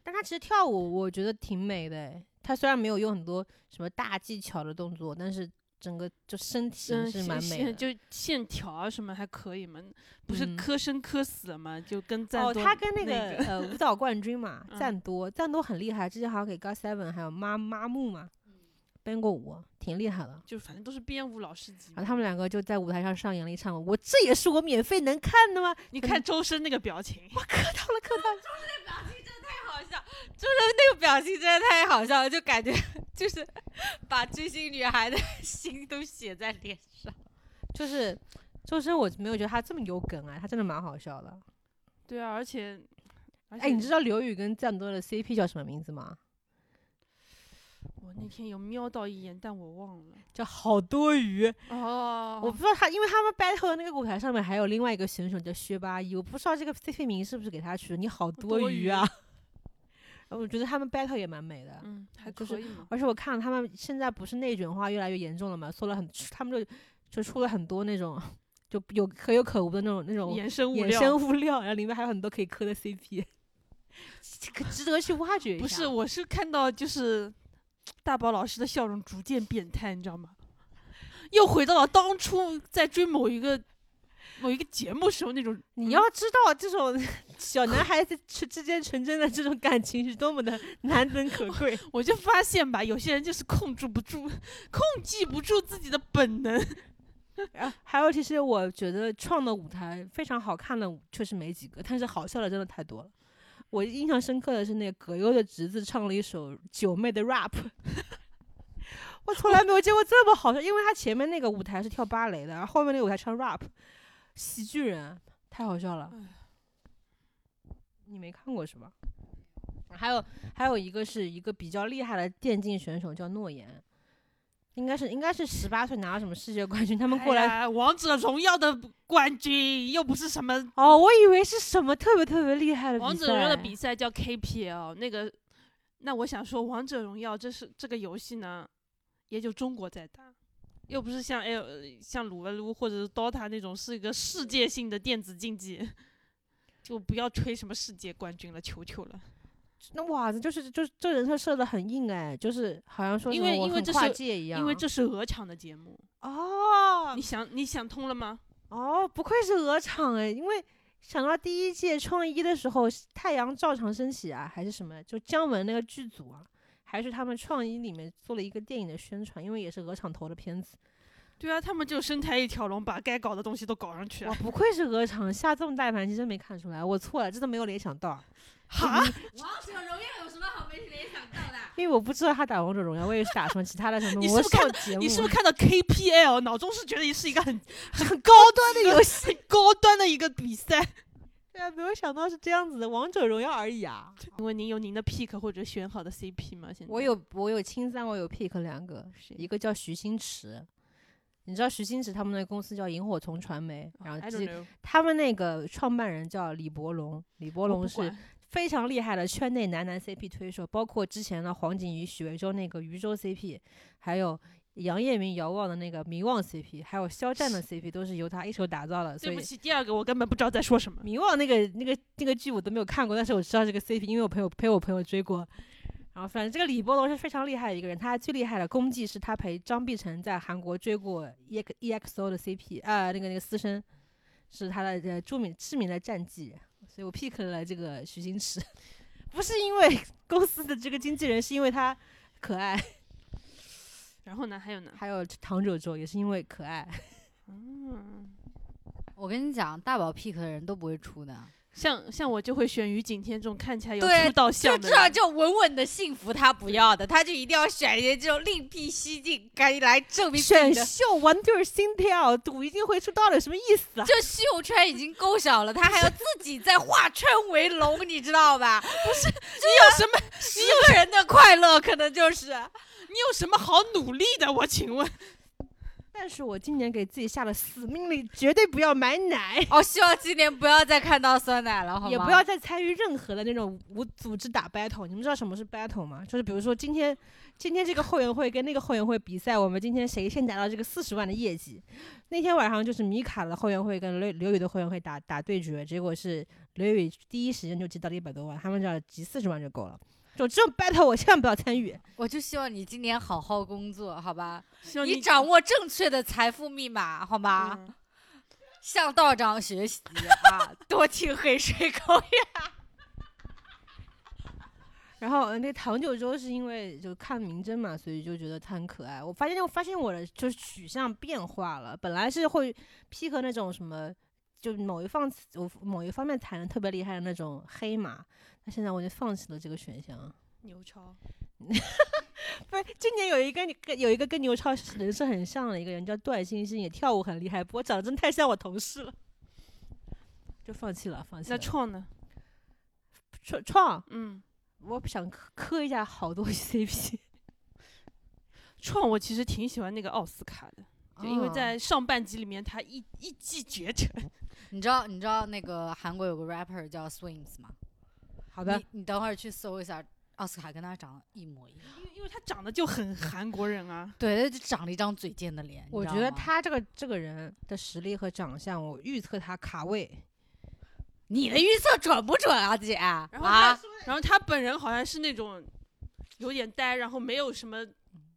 但他其实跳舞，我觉得挺美的诶。他虽然没有用很多什么大技巧的动作，但是整个就身体嗯，是线蛮美线的。就线条啊什么还可以嘛，不是嗯磕生磕死了嘛，就跟赞哦，多他跟那，个呃舞蹈冠军嘛嗯赞多，赞多很厉害，之前好像给 g o Seven 还有妈妈木嘛编过舞，挺厉害的。就反正都是编舞老师级然后嘛。啊他们两个就在舞台上上演了一场，我这也是我免费能看的吗？你看周深那个表情，磕到了，磕到了，好笑，就是那个表情真的太好笑了，就感觉 就是把追星女孩的 心都写在脸上。就是周深，我没有觉得他这么有梗啊，他真的蛮好笑的。 对啊，而且，而且哎，你知道刘宇跟赞多的 CP 叫什么名字吗？我那天有瞄到一眼，但我忘了。叫好多鱼。哦，我不知道他，因为他们 battle 的那个舞台上面还有另外一个选手叫薛八一，我不知道这个 CP 名是不是给他取的。你好多多鱼余啊！呃我觉得他们 battle 也蛮美的。嗯，还就是可以 嘛。而且我看他们现在不是内卷化越来越严重了嘛，说了很，他们就就出了很多那种就有可有可无的那种那种衍生物衍料生物料，然后里面还有很多可以磕的 CP，这个值得去挖掘一下。不是，我是看到就是大宝老师的笑容逐渐变态，你知道吗？又回到了当初在追某一个某一个节目时候那种你要知道这种 小男孩子之之间纯真的这种感情是多么的难能可贵。我就发现吧，有些人就是控制不住、控制不住自己的本能。啊还有，其实我觉得创的舞台非常好看的确实没几个，但是好笑的真的太多了。我印象深刻的是那个葛优的侄子唱了一首九妹的 rap，我从来没有见过这么好笑，因为他前面那个舞台是跳芭蕾的，然后后面那个舞台唱 rap，喜剧人太好笑了哎呀。你没看过是吧？还有还有一个是一个比较厉害的电竞选手叫诺言，应该是应该是十八岁拿了什么世界冠军，他们过来哎呀王者荣耀的冠军又不是什么哦，我以为是什么特别特别厉害的比赛。王者荣耀的比赛叫 KPL，那个，那我想说，王者荣耀这是这个游戏呢，也就中国在打，又不是像 L 呃像撸啊撸或者是 DOTA 那种是一个世界性的电子竞技，就不要吹什么世界冠军了，求求了。那哇，这就是就是这人设设的很硬哎，就是好像说因什么为我因为很这跨是界一样，因为这是鹅厂的节目，哦你想你想通了吗？哦，不愧是鹅厂哎，因为想到第一届创一的时候，太阳照常升起啊，还是什么，就姜文那个剧组啊，还是他们创一里面做了一个电影的宣传，因为也是鹅厂投的片子。对啊，他们就生态一条龙，把该搞的东西都搞上去哇 啊。，不愧是鹅厂下这么大盘棋，真没看出来，我错了，真的没有联想到。哈，王者荣耀有什么好没联想到的？因为我不知道他打王者荣耀，我也是打什么其他的什么你是魔不是看兽节目，啊你是不是看到 KPL，脑中是觉得是一 个很很高端的游戏？很高端的一个比赛？对啊，没有想到是这样子的，王者荣耀而已啊。 因为您有您的 pick 或者选好的 CP 吗？现在我有我有青三，我有 pick 两个，一个叫徐新驰，你知道徐新驰他们那公司叫萤火虫传媒，然后啊 I 这 don't know，他们那个创办人叫李伯龙，李伯我龙不是管非常厉害的圈内男男 CP 推手，包括之前的黄景瑜、许魏洲那个渝州 CP，还有杨业明、遥望的那个迷望 CP，还有肖战的 CP 都是由他一手打造的，所对以不起，第二个我根本不知道在说什么。迷惘那个那个那个剧我都没有看过，但是我知道这个 CP，因为我朋友陪我朋友追过。然后反正这个李波龙是非常厉害的一个人，他最厉害的功绩是他陪张碧晨在韩国追过 E EX EXO 的 CP，啊，那个那个私生是他的呃著名知名的战绩，所以我 pick 了这个徐新池。 不是因为公司的这个经纪人，是因为他可爱。然后呢，还有呢？还有唐九洲也是因为可爱，嗯，我跟你讲，大宝 pick 的人都不会出的，像像我就会选于景天这种看起来有对出道就相的这种人，就稳稳的幸福他不要的，他就一定要选一些这种另辟蹊径，该来证明自己选的。秀玩对儿心跳，赌一定会出道的，什么意思啊？就秀圈已经够少了，他还要自己再化圈为龙，你知道吧？有什么十个人的快乐可能就是，你有什么好努力的？我请问，但是我今年给自己下了死命令，绝对不要买奶，哦，希望今年不要再看到酸奶了，好吗？也不要再参与任何的那种无组织打 battle。你们知道什么是 battle 吗？就是比如说今天，今天这个后援会跟那个后援会比赛，我们今天谁先达到这个四十万的业绩？那天晚上就是米卡的后援会跟刘刘宇的后援会打打对决，结果是刘宇第一时间就集到了一百多万，他们只要集四十万就够了。这种这种 battle 我千万不要参与。我就希望你今年好好工作，好吧？希望你掌握正确的财富密码，好吗？啊嗯向道长学习啊， 多听黑水公园。然后呃那唐九洲是因为就看明侦嘛，所以就觉得他很可爱。我发现我发现我的就是取向变化了，本来是会 pick 那种什么，就某一方我某一方面才能特别厉害的那种黑马，那现在我就放弃了这个选项。牛超，不是，今年有一个跟有一个跟牛超人是很像的一个人，叫段星星，也跳舞很厉害，不过长得真太像我同事了，就放弃了，放弃那了。创呢？创创，嗯，我想磕磕一下好多 CP。创我其实挺喜欢那个奥斯卡的，就因为哦在上半集里面他一一骑绝尘。 你知道你知道那个韩国有个 rapper 叫 Swings 吗？好的，你你等会儿去搜一下，奥斯卡跟他长得一模一样。因为因为他长得就很 韩国人啊，对，他就长了一张嘴贱的脸。你我知觉道得吗他这个这个人的实力和长相，我预测他卡位。你的预测准不准啊，姐？啊，然后他然后他本人好像是那种有点呆，然后没有什么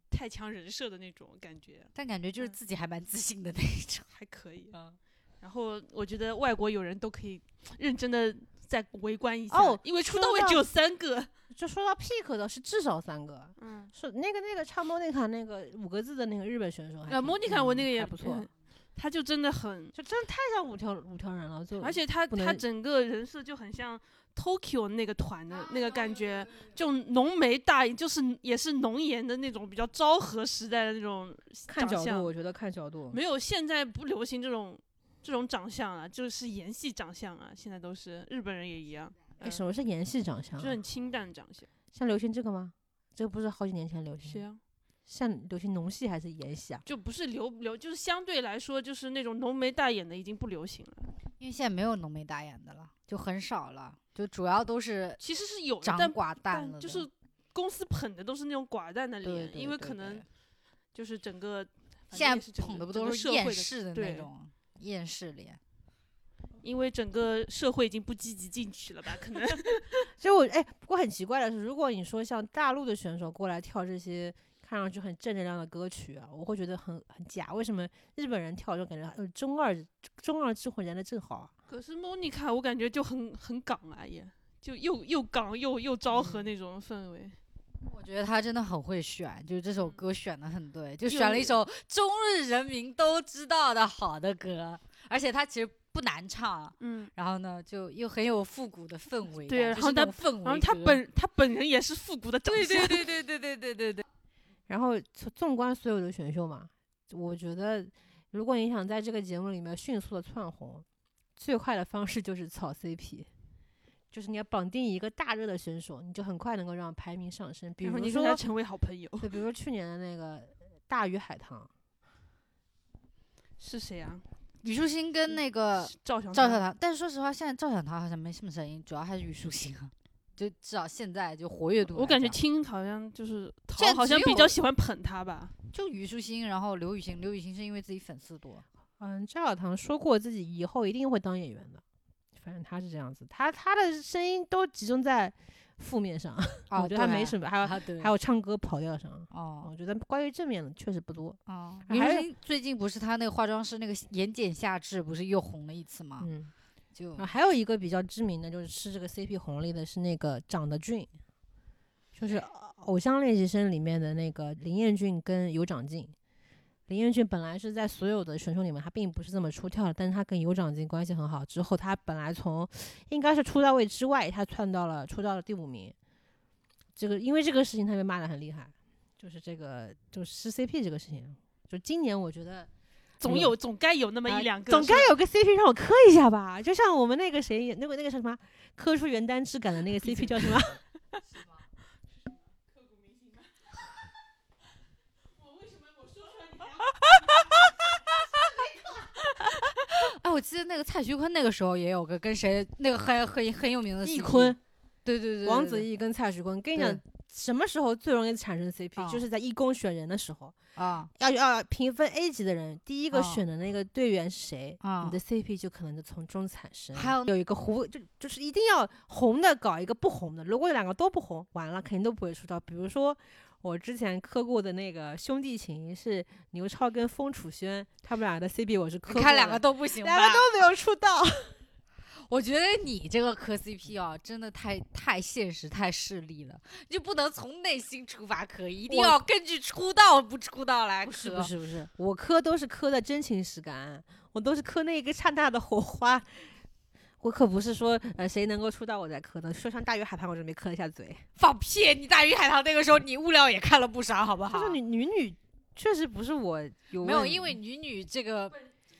太强人设的那种感觉，但感觉就是嗯自己还蛮自信的那一种。还可以。嗯然后我觉得外国友人都可以认真的再围观一下，哦因为出说道位到只有三个。就说到 pick 的是至少三个，嗯，是那个那个唱 Monica 那个五个字的那个日本选手还挺，呃，Monica 我那个嗯也还不错嗯， 他就真的很，就真的太像五条五条人了，就嗯而且他不他能整个人设就很像 Tokyo 那个团啊的那个感觉，就浓眉大眼，就是也是浓颜的那种比较昭和时代的那种看角长相度，我觉得看角度，没有，现在不流行这种这种长相啊，就是颜系长相啊，现在都是日本人也一样，哎什么是颜系长相嗯就啊？很清淡长相。像流行这个吗？这不是好几年前流谁行，啊？像流行农系还是颜系啊？就不是流流，就是相对来说，就是那种浓眉大眼的已经不流行了。因为现在没有浓眉大眼的了，就很少了，就主要都是其实是有的长，但寡淡但了的。就是公司捧的都是那种寡淡的对脸，对因为对可能对就是整个反正现也在是整捧个的不整都个是社厌会的世的那对种厌世脸？因为整个社会已经不积极进取了吧？可能 所以我哎，不过很奇怪的是，如果你说像大陆的选手过来跳这些看上去很正能量的歌曲啊，我会觉得很很假。为什么日本人跳就感觉呃中二中二之魂来的正好啊？可是 Monica 我感觉就很很港啊，也就又又港又又昭和嗯那种氛围。我觉得他真的很会选，就是这嗯首歌选的很对，就有选了一首中日人民都知道的好的歌，而且他其实不难唱，嗯，然后呢就又很有复古的氛围感，对就然后是那他种氛围歌，然后他本他本人也是复古的长对相，对对对对对对对对， 然后纵纵观所有的选秀嘛，我觉得如果你想在这个节目里面迅速的窜红，最快的方式就是炒 CP。就是你要绑定一个大热的选手，你就很快能够让排名上升。 比然后如你跟说，他成为好朋友对，比如说去年的那个大鱼海棠，是谁啊？虞书欣跟那个是赵小嗯呃赵小棠，棠，但是说实话，现在赵小棠好像没什么声音，主要还是虞书欣啊，就至少现在就活跃度来讲，我感觉青好像就是这陶好像只有比较喜欢捧他吧。就虞书欣，然后刘雨昕，刘雨昕是因为自己粉丝多，嗯，赵小棠说过自己以后一定会当演员的，反正她是这样子，她她的声音都集中在负面上， 哦，我觉得她对没什么，还有啊，对，还有唱歌跑调上，哦我觉得关于正面的确实不多。哦，还虞书有欣最近不是她那个化妆师那个眼睑下至不是又红了一次吗？嗯，就然后还有一个比较知名的，就是吃这个 CP 红利的是那个长得俊，就是《偶像练习生》里面的那个林彦俊跟尤长靖。林彦俊本来是在所有的选手里面，他并不是这么出挑的，但是他跟尤长靖关系很好。之后他本来从应该是出道位之外，他窜到了出道的第五名。这个因为这个事情，他被骂得很厉害，就是这个就是吃 CP 这个事情。就今年我觉得总有有总该有那么啊一两个，总该有个 CP 让我磕一下吧。就像我们那个谁，那个那个叫什么，磕出原单质感的那个 CP 叫什 么？ 哎，我记得那个蔡徐坤那个时候也有个跟谁那个很很很有名的翊 CP 坤，对呃对对对，王子对异跟蔡徐坤。跟你讲，什么时候最容易产生 CP？、啊就是在一公选人的时候，啊要要评分 A 级的人，第一个啊选的那个队员是谁？啊你的 CP 就可能就从中产生，还有有一个糊，就就是一定要红的搞一个不红的，如果有两个都不红，完了肯定都不会出道。比如说我之前磕过的那个兄弟情是牛超跟风楚轩，他们俩的 CP 我是磕你过看两的个都不行吧？两个都没有出道，我觉得你这个磕 CP 啊，真的太太现实、太势利了，你就不能从内心出发磕，一定我要根据出道不出道来不 磕。是不是不是，我磕都是磕的真情实感，我都是磕那一个刹那的火花。我可不是说呃谁能够出道我在磕的，说像大鱼海棠我准备磕一下嘴。放屁！你大鱼海棠那个时候，你物料也看了不少，好不好就？是女女女确实不是我有没有，问因为女女这个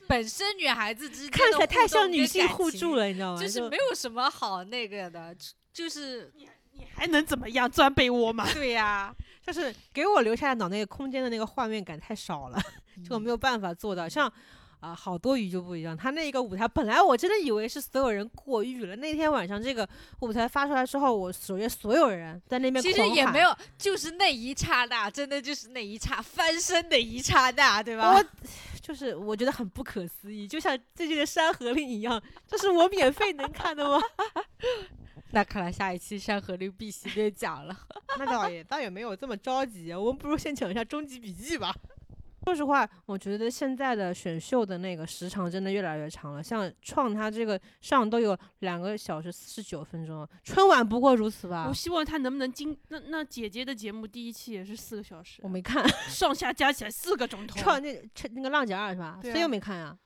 本身女孩子之间看起来太像女性互互助了，了，你知道吗？就是没有什么好那个的，就就是你还能怎么样？钻被窝嘛？对呀、就是给我留下脑内空间的那个画面感太少了， 这嗯我没有办法做到。像啊、好多鱼就不一样，他那个舞台本来我真的以为是所有人过誉了，那天晚上这个舞台发出来之后，我首页所有人在那边其实狂也喊没。有，就是那一刹那，真的就是那一刹翻身的一刹那，对吧？我就是我觉得很不可思议，就像最近的《山河令》一样，这是我免费能看的 吗？那看来下一期《山河令》必须得讲了。 那倒也倒也没有这么着急，我们不如先讲一下《终极笔记》吧。说实话，我觉得现在的选秀的那个时长真的越来越长了，像创它这个上都有两个小时四十九分钟，春晚不过如此吧我？希望他能不能今那那姐姐的节目第一期也是四个小时啊我，没看上下加起来四个钟 头，创那趁那个浪姐二是吧？对啊所以我没看啊。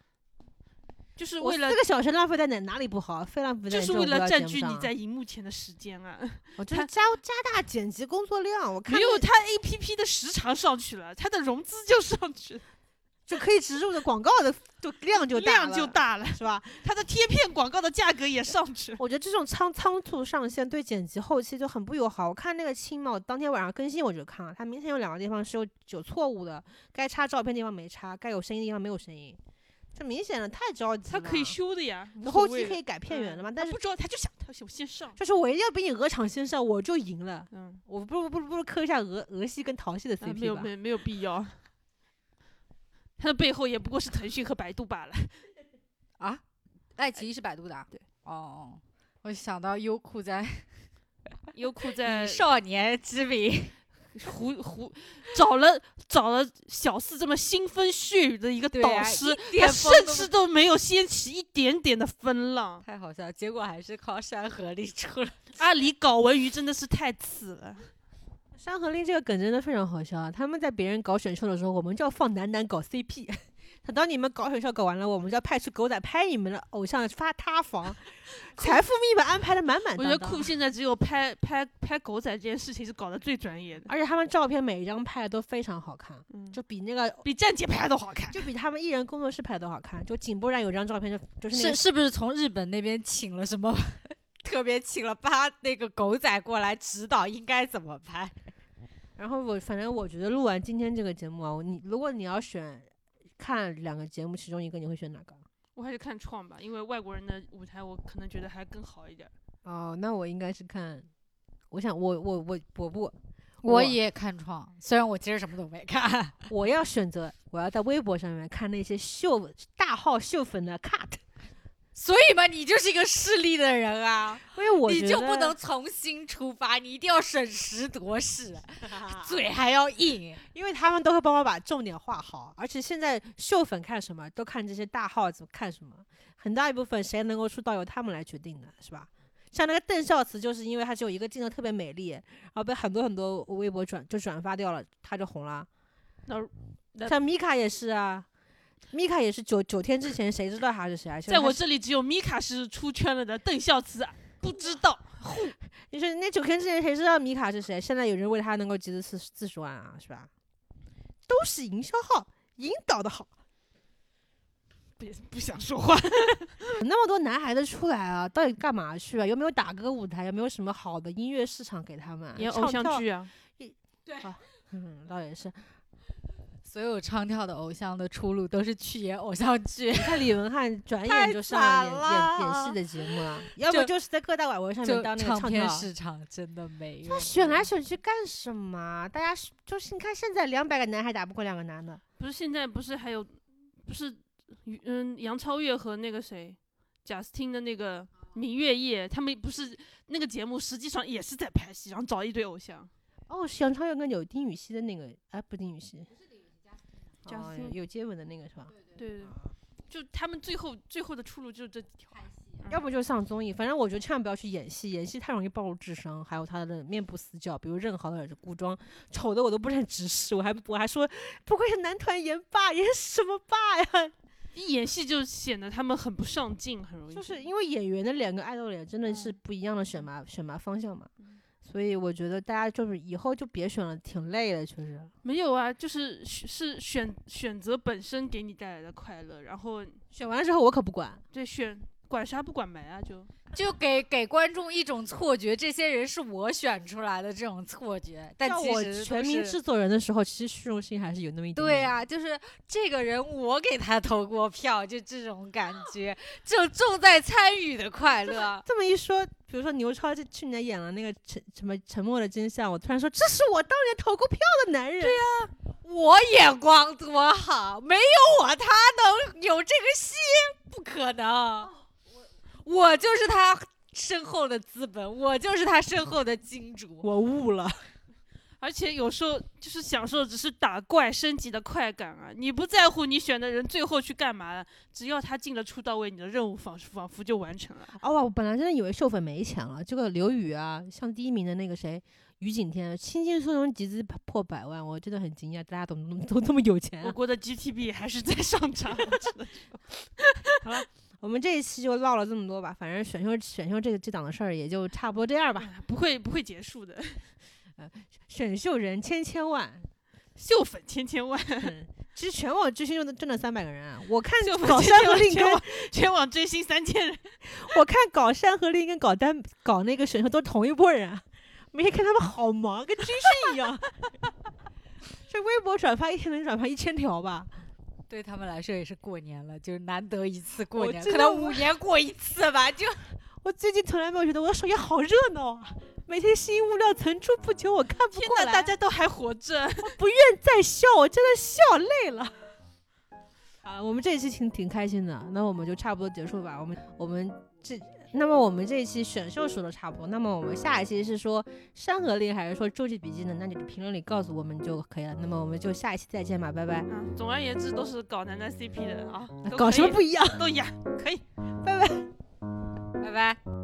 就是我为了四个小时浪费在哪哪里不好？非浪费在就这是种为无聊了节占目据上你啊在荧幕前的时间啊，我觉得加加大剪辑工作量，我看没有那它 A P P 的时长上去了，它的融资就上去了，就可以植入的广告的就量 就大量了就大了，是吧？它的贴片广告的价格也上去了。我觉得这种仓仓促上线对剪辑后期就很不友好。我看那个青嘛，我当天晚上更新我就看了，它明显有两个地方是有有错误的，该插照片地方没插，该有声音的地方没有声音，这明显的太着急它了。可以修的呀，无所后期谓可的以改片源的嘛，但它是不知道他就想他想先上，就是我一定要比你鹅厂先上，我就赢了。嗯，我不如不如不如磕一下鹅鹅系跟淘系的啊没 CP 有吧。没没有必要，它的背后也不过是腾讯和百度罢了。啊，爱奇艺是百度的、啊。对，哦，我想到优酷 在优酷以在 少年之 名，胡胡找了找了小四这么腥风血雨的一个 对导啊师，一他点风甚都至没都没有掀起一点点的风浪。太好笑了，结果还是靠山河里出了。阿里搞文娱真的是太次了，山河令这个梗真的非常好笑啊！他们在别人搞选秀的时候，我们就要放男男搞 CP；等 到你们搞选秀搞完了，我们就要派出狗仔拍你们的偶像发塌 房，财富密码安排的满满我当觉当。得酷现在只有拍拍拍狗仔这件事情是搞得最专业的，而且他们照片每一张拍的都非常好看，嗯，就比那个比站姐拍的好看。就比他们艺人工作室拍的都好看。就井柏然有张照片就就是那个是不是从日本那边请了什么？ 特别请了八那个狗仔过来指导应该怎么拍，然后我反正我觉得录完今天这个节目啊，我你如果你要选看两个节目其中一个，你会选哪个？我还是看创吧，因为外国人的舞台我可能觉得还更好一点。哦，那我应该是看，我想我我我我不我我也看创，虽然我其实什么都没看。 我要选择，我要在微博上面看那些秀大号秀粉的 cut， 所以嘛，你就是一个势利的人啊，因为我你觉就得不能从新出发，你一定要审时度 势，嘴还要硬。因为他们都会帮我把重点画好，而且现在秀粉看什么都看这些大号怎么看什么，很大一部分谁能够出道由他们来决定的，是吧？像那个邓孝慈，就是因为她只有一个镜头特别美丽，然后被很多很多微博转就转发掉了，她就红了。那那像米卡也是啊，米卡也是九九天之前谁知道她是谁啊？在我这，这里只有米卡是出圈了的，邓孝慈啊不知道。你说那九天之前谁知道米卡是谁？现在有人为她能够集资四四十万啊，是吧？都是营销号引导的好。不不想说 话，有那么多男孩子出来啊，到底干嘛去啊？有没有打歌舞台？有没有什么好的音乐市场给他们啊？演唱偶像跳，剧啊，嗯，倒也是。所有唱跳的偶像的出路都是去演偶像剧你，看李文翰转眼太就上了演惨演演了戏的节目了，要不就就是在各大晚会上面就当那个唱唱片跳。啊市场真的没有。他选来选去干什么啊？大家是就是你看现在两百个男孩打不过两个男的，不是现在不是还有，不是嗯杨超越和那个谁贾斯汀的那个明月夜，他们不是那个节目实际上也是在拍戏，然后找一堆偶像。哦，是杨超越跟有丁禹兮的那个，哎，不丁禹兮，贾哦有斯汀有接吻的那个是吧？对对，就他们最后最后的出路就是这几条。要不就上综艺，反正我觉得千万不要去演戏，演戏太容易暴露智商，还有他的面部死角，比如任豪的古装，丑的我都不忍直视，我还我还说不愧是男团演霸，演什么霸呀？一演戏就显得他们很不上进，很容易就是因为演员的脸跟爱豆脸真的是不一样的选拔选拔方向嘛，所以我觉得大家就是以后就别选了，挺累的，确实。没有啊，就是是是选选择本身给你带来的快乐，然后选完了之后我可不管，对选管杀不管埋啊，就就给给观众一种错觉，这些人是我选出来的这种错觉，但叫其我实都全民是制作人的时候，其实虚荣心还是有那么一点对呀、啊，就是这个人我给他投过票，就这种感觉，这种重在参与的快乐。这么一说，比如说牛超这去年演了那个沉什么《沉默的真相》，我突然说这是我当年投过票的男人。对呀、我眼光多好，没有我他能有这个戏？不可能，我就是他身后的资本，我就是他身后的金主。我悟了。而且有时候就是享受只是打怪升级的快感啊！你不在乎你选的人最后去干嘛了，只要他尽了出道位，你的任务仿仿佛就完成了。哦哇，我本来真的以为秀粉没钱了，结果刘宇啊，像第一名的那个谁于景天，轻轻松松集资破百万，我真的很惊讶，大家怎么都这么有钱我啊？国的 GTB 还是在上 涨，我只能我们这一期就唠了这么多吧，反正选秀选秀这个这档的事儿也就差不多这样吧。不会不会结束的，选秀人千千万，秀粉千千万，嗯其实全网追星就那就那三百个人啊，我看秀粉搞千山千河万，令全跟网全网追星三千人，我看搞山河令跟搞单搞那个选秀都是同一波人啊，每天看他们好忙，跟军训一样。 这微博转发一天能转发一千条吧？对他们来说也是过年了，就是难得一次过我年，真可的能我五年过一次吧。就我最近从来没有觉得我的首页好热闹啊，每天新物料层出不穷，我看不天过哪，来。大家都还活着。 啊在笑，我真的笑累了。 啊，我们这一期挺挺开心的，那我们就差不多结束吧。我们我们这，那么我们这一期选秀说的差不多，那么我们下一期是说山河令还是说周记笔记呢？那你的评论里告诉我们就可以了。那么我们就下一期再见吧，拜拜。啊，总而言之都是搞男男 CP 的啊，都搞可什么以不一样？都一样，可以。拜拜。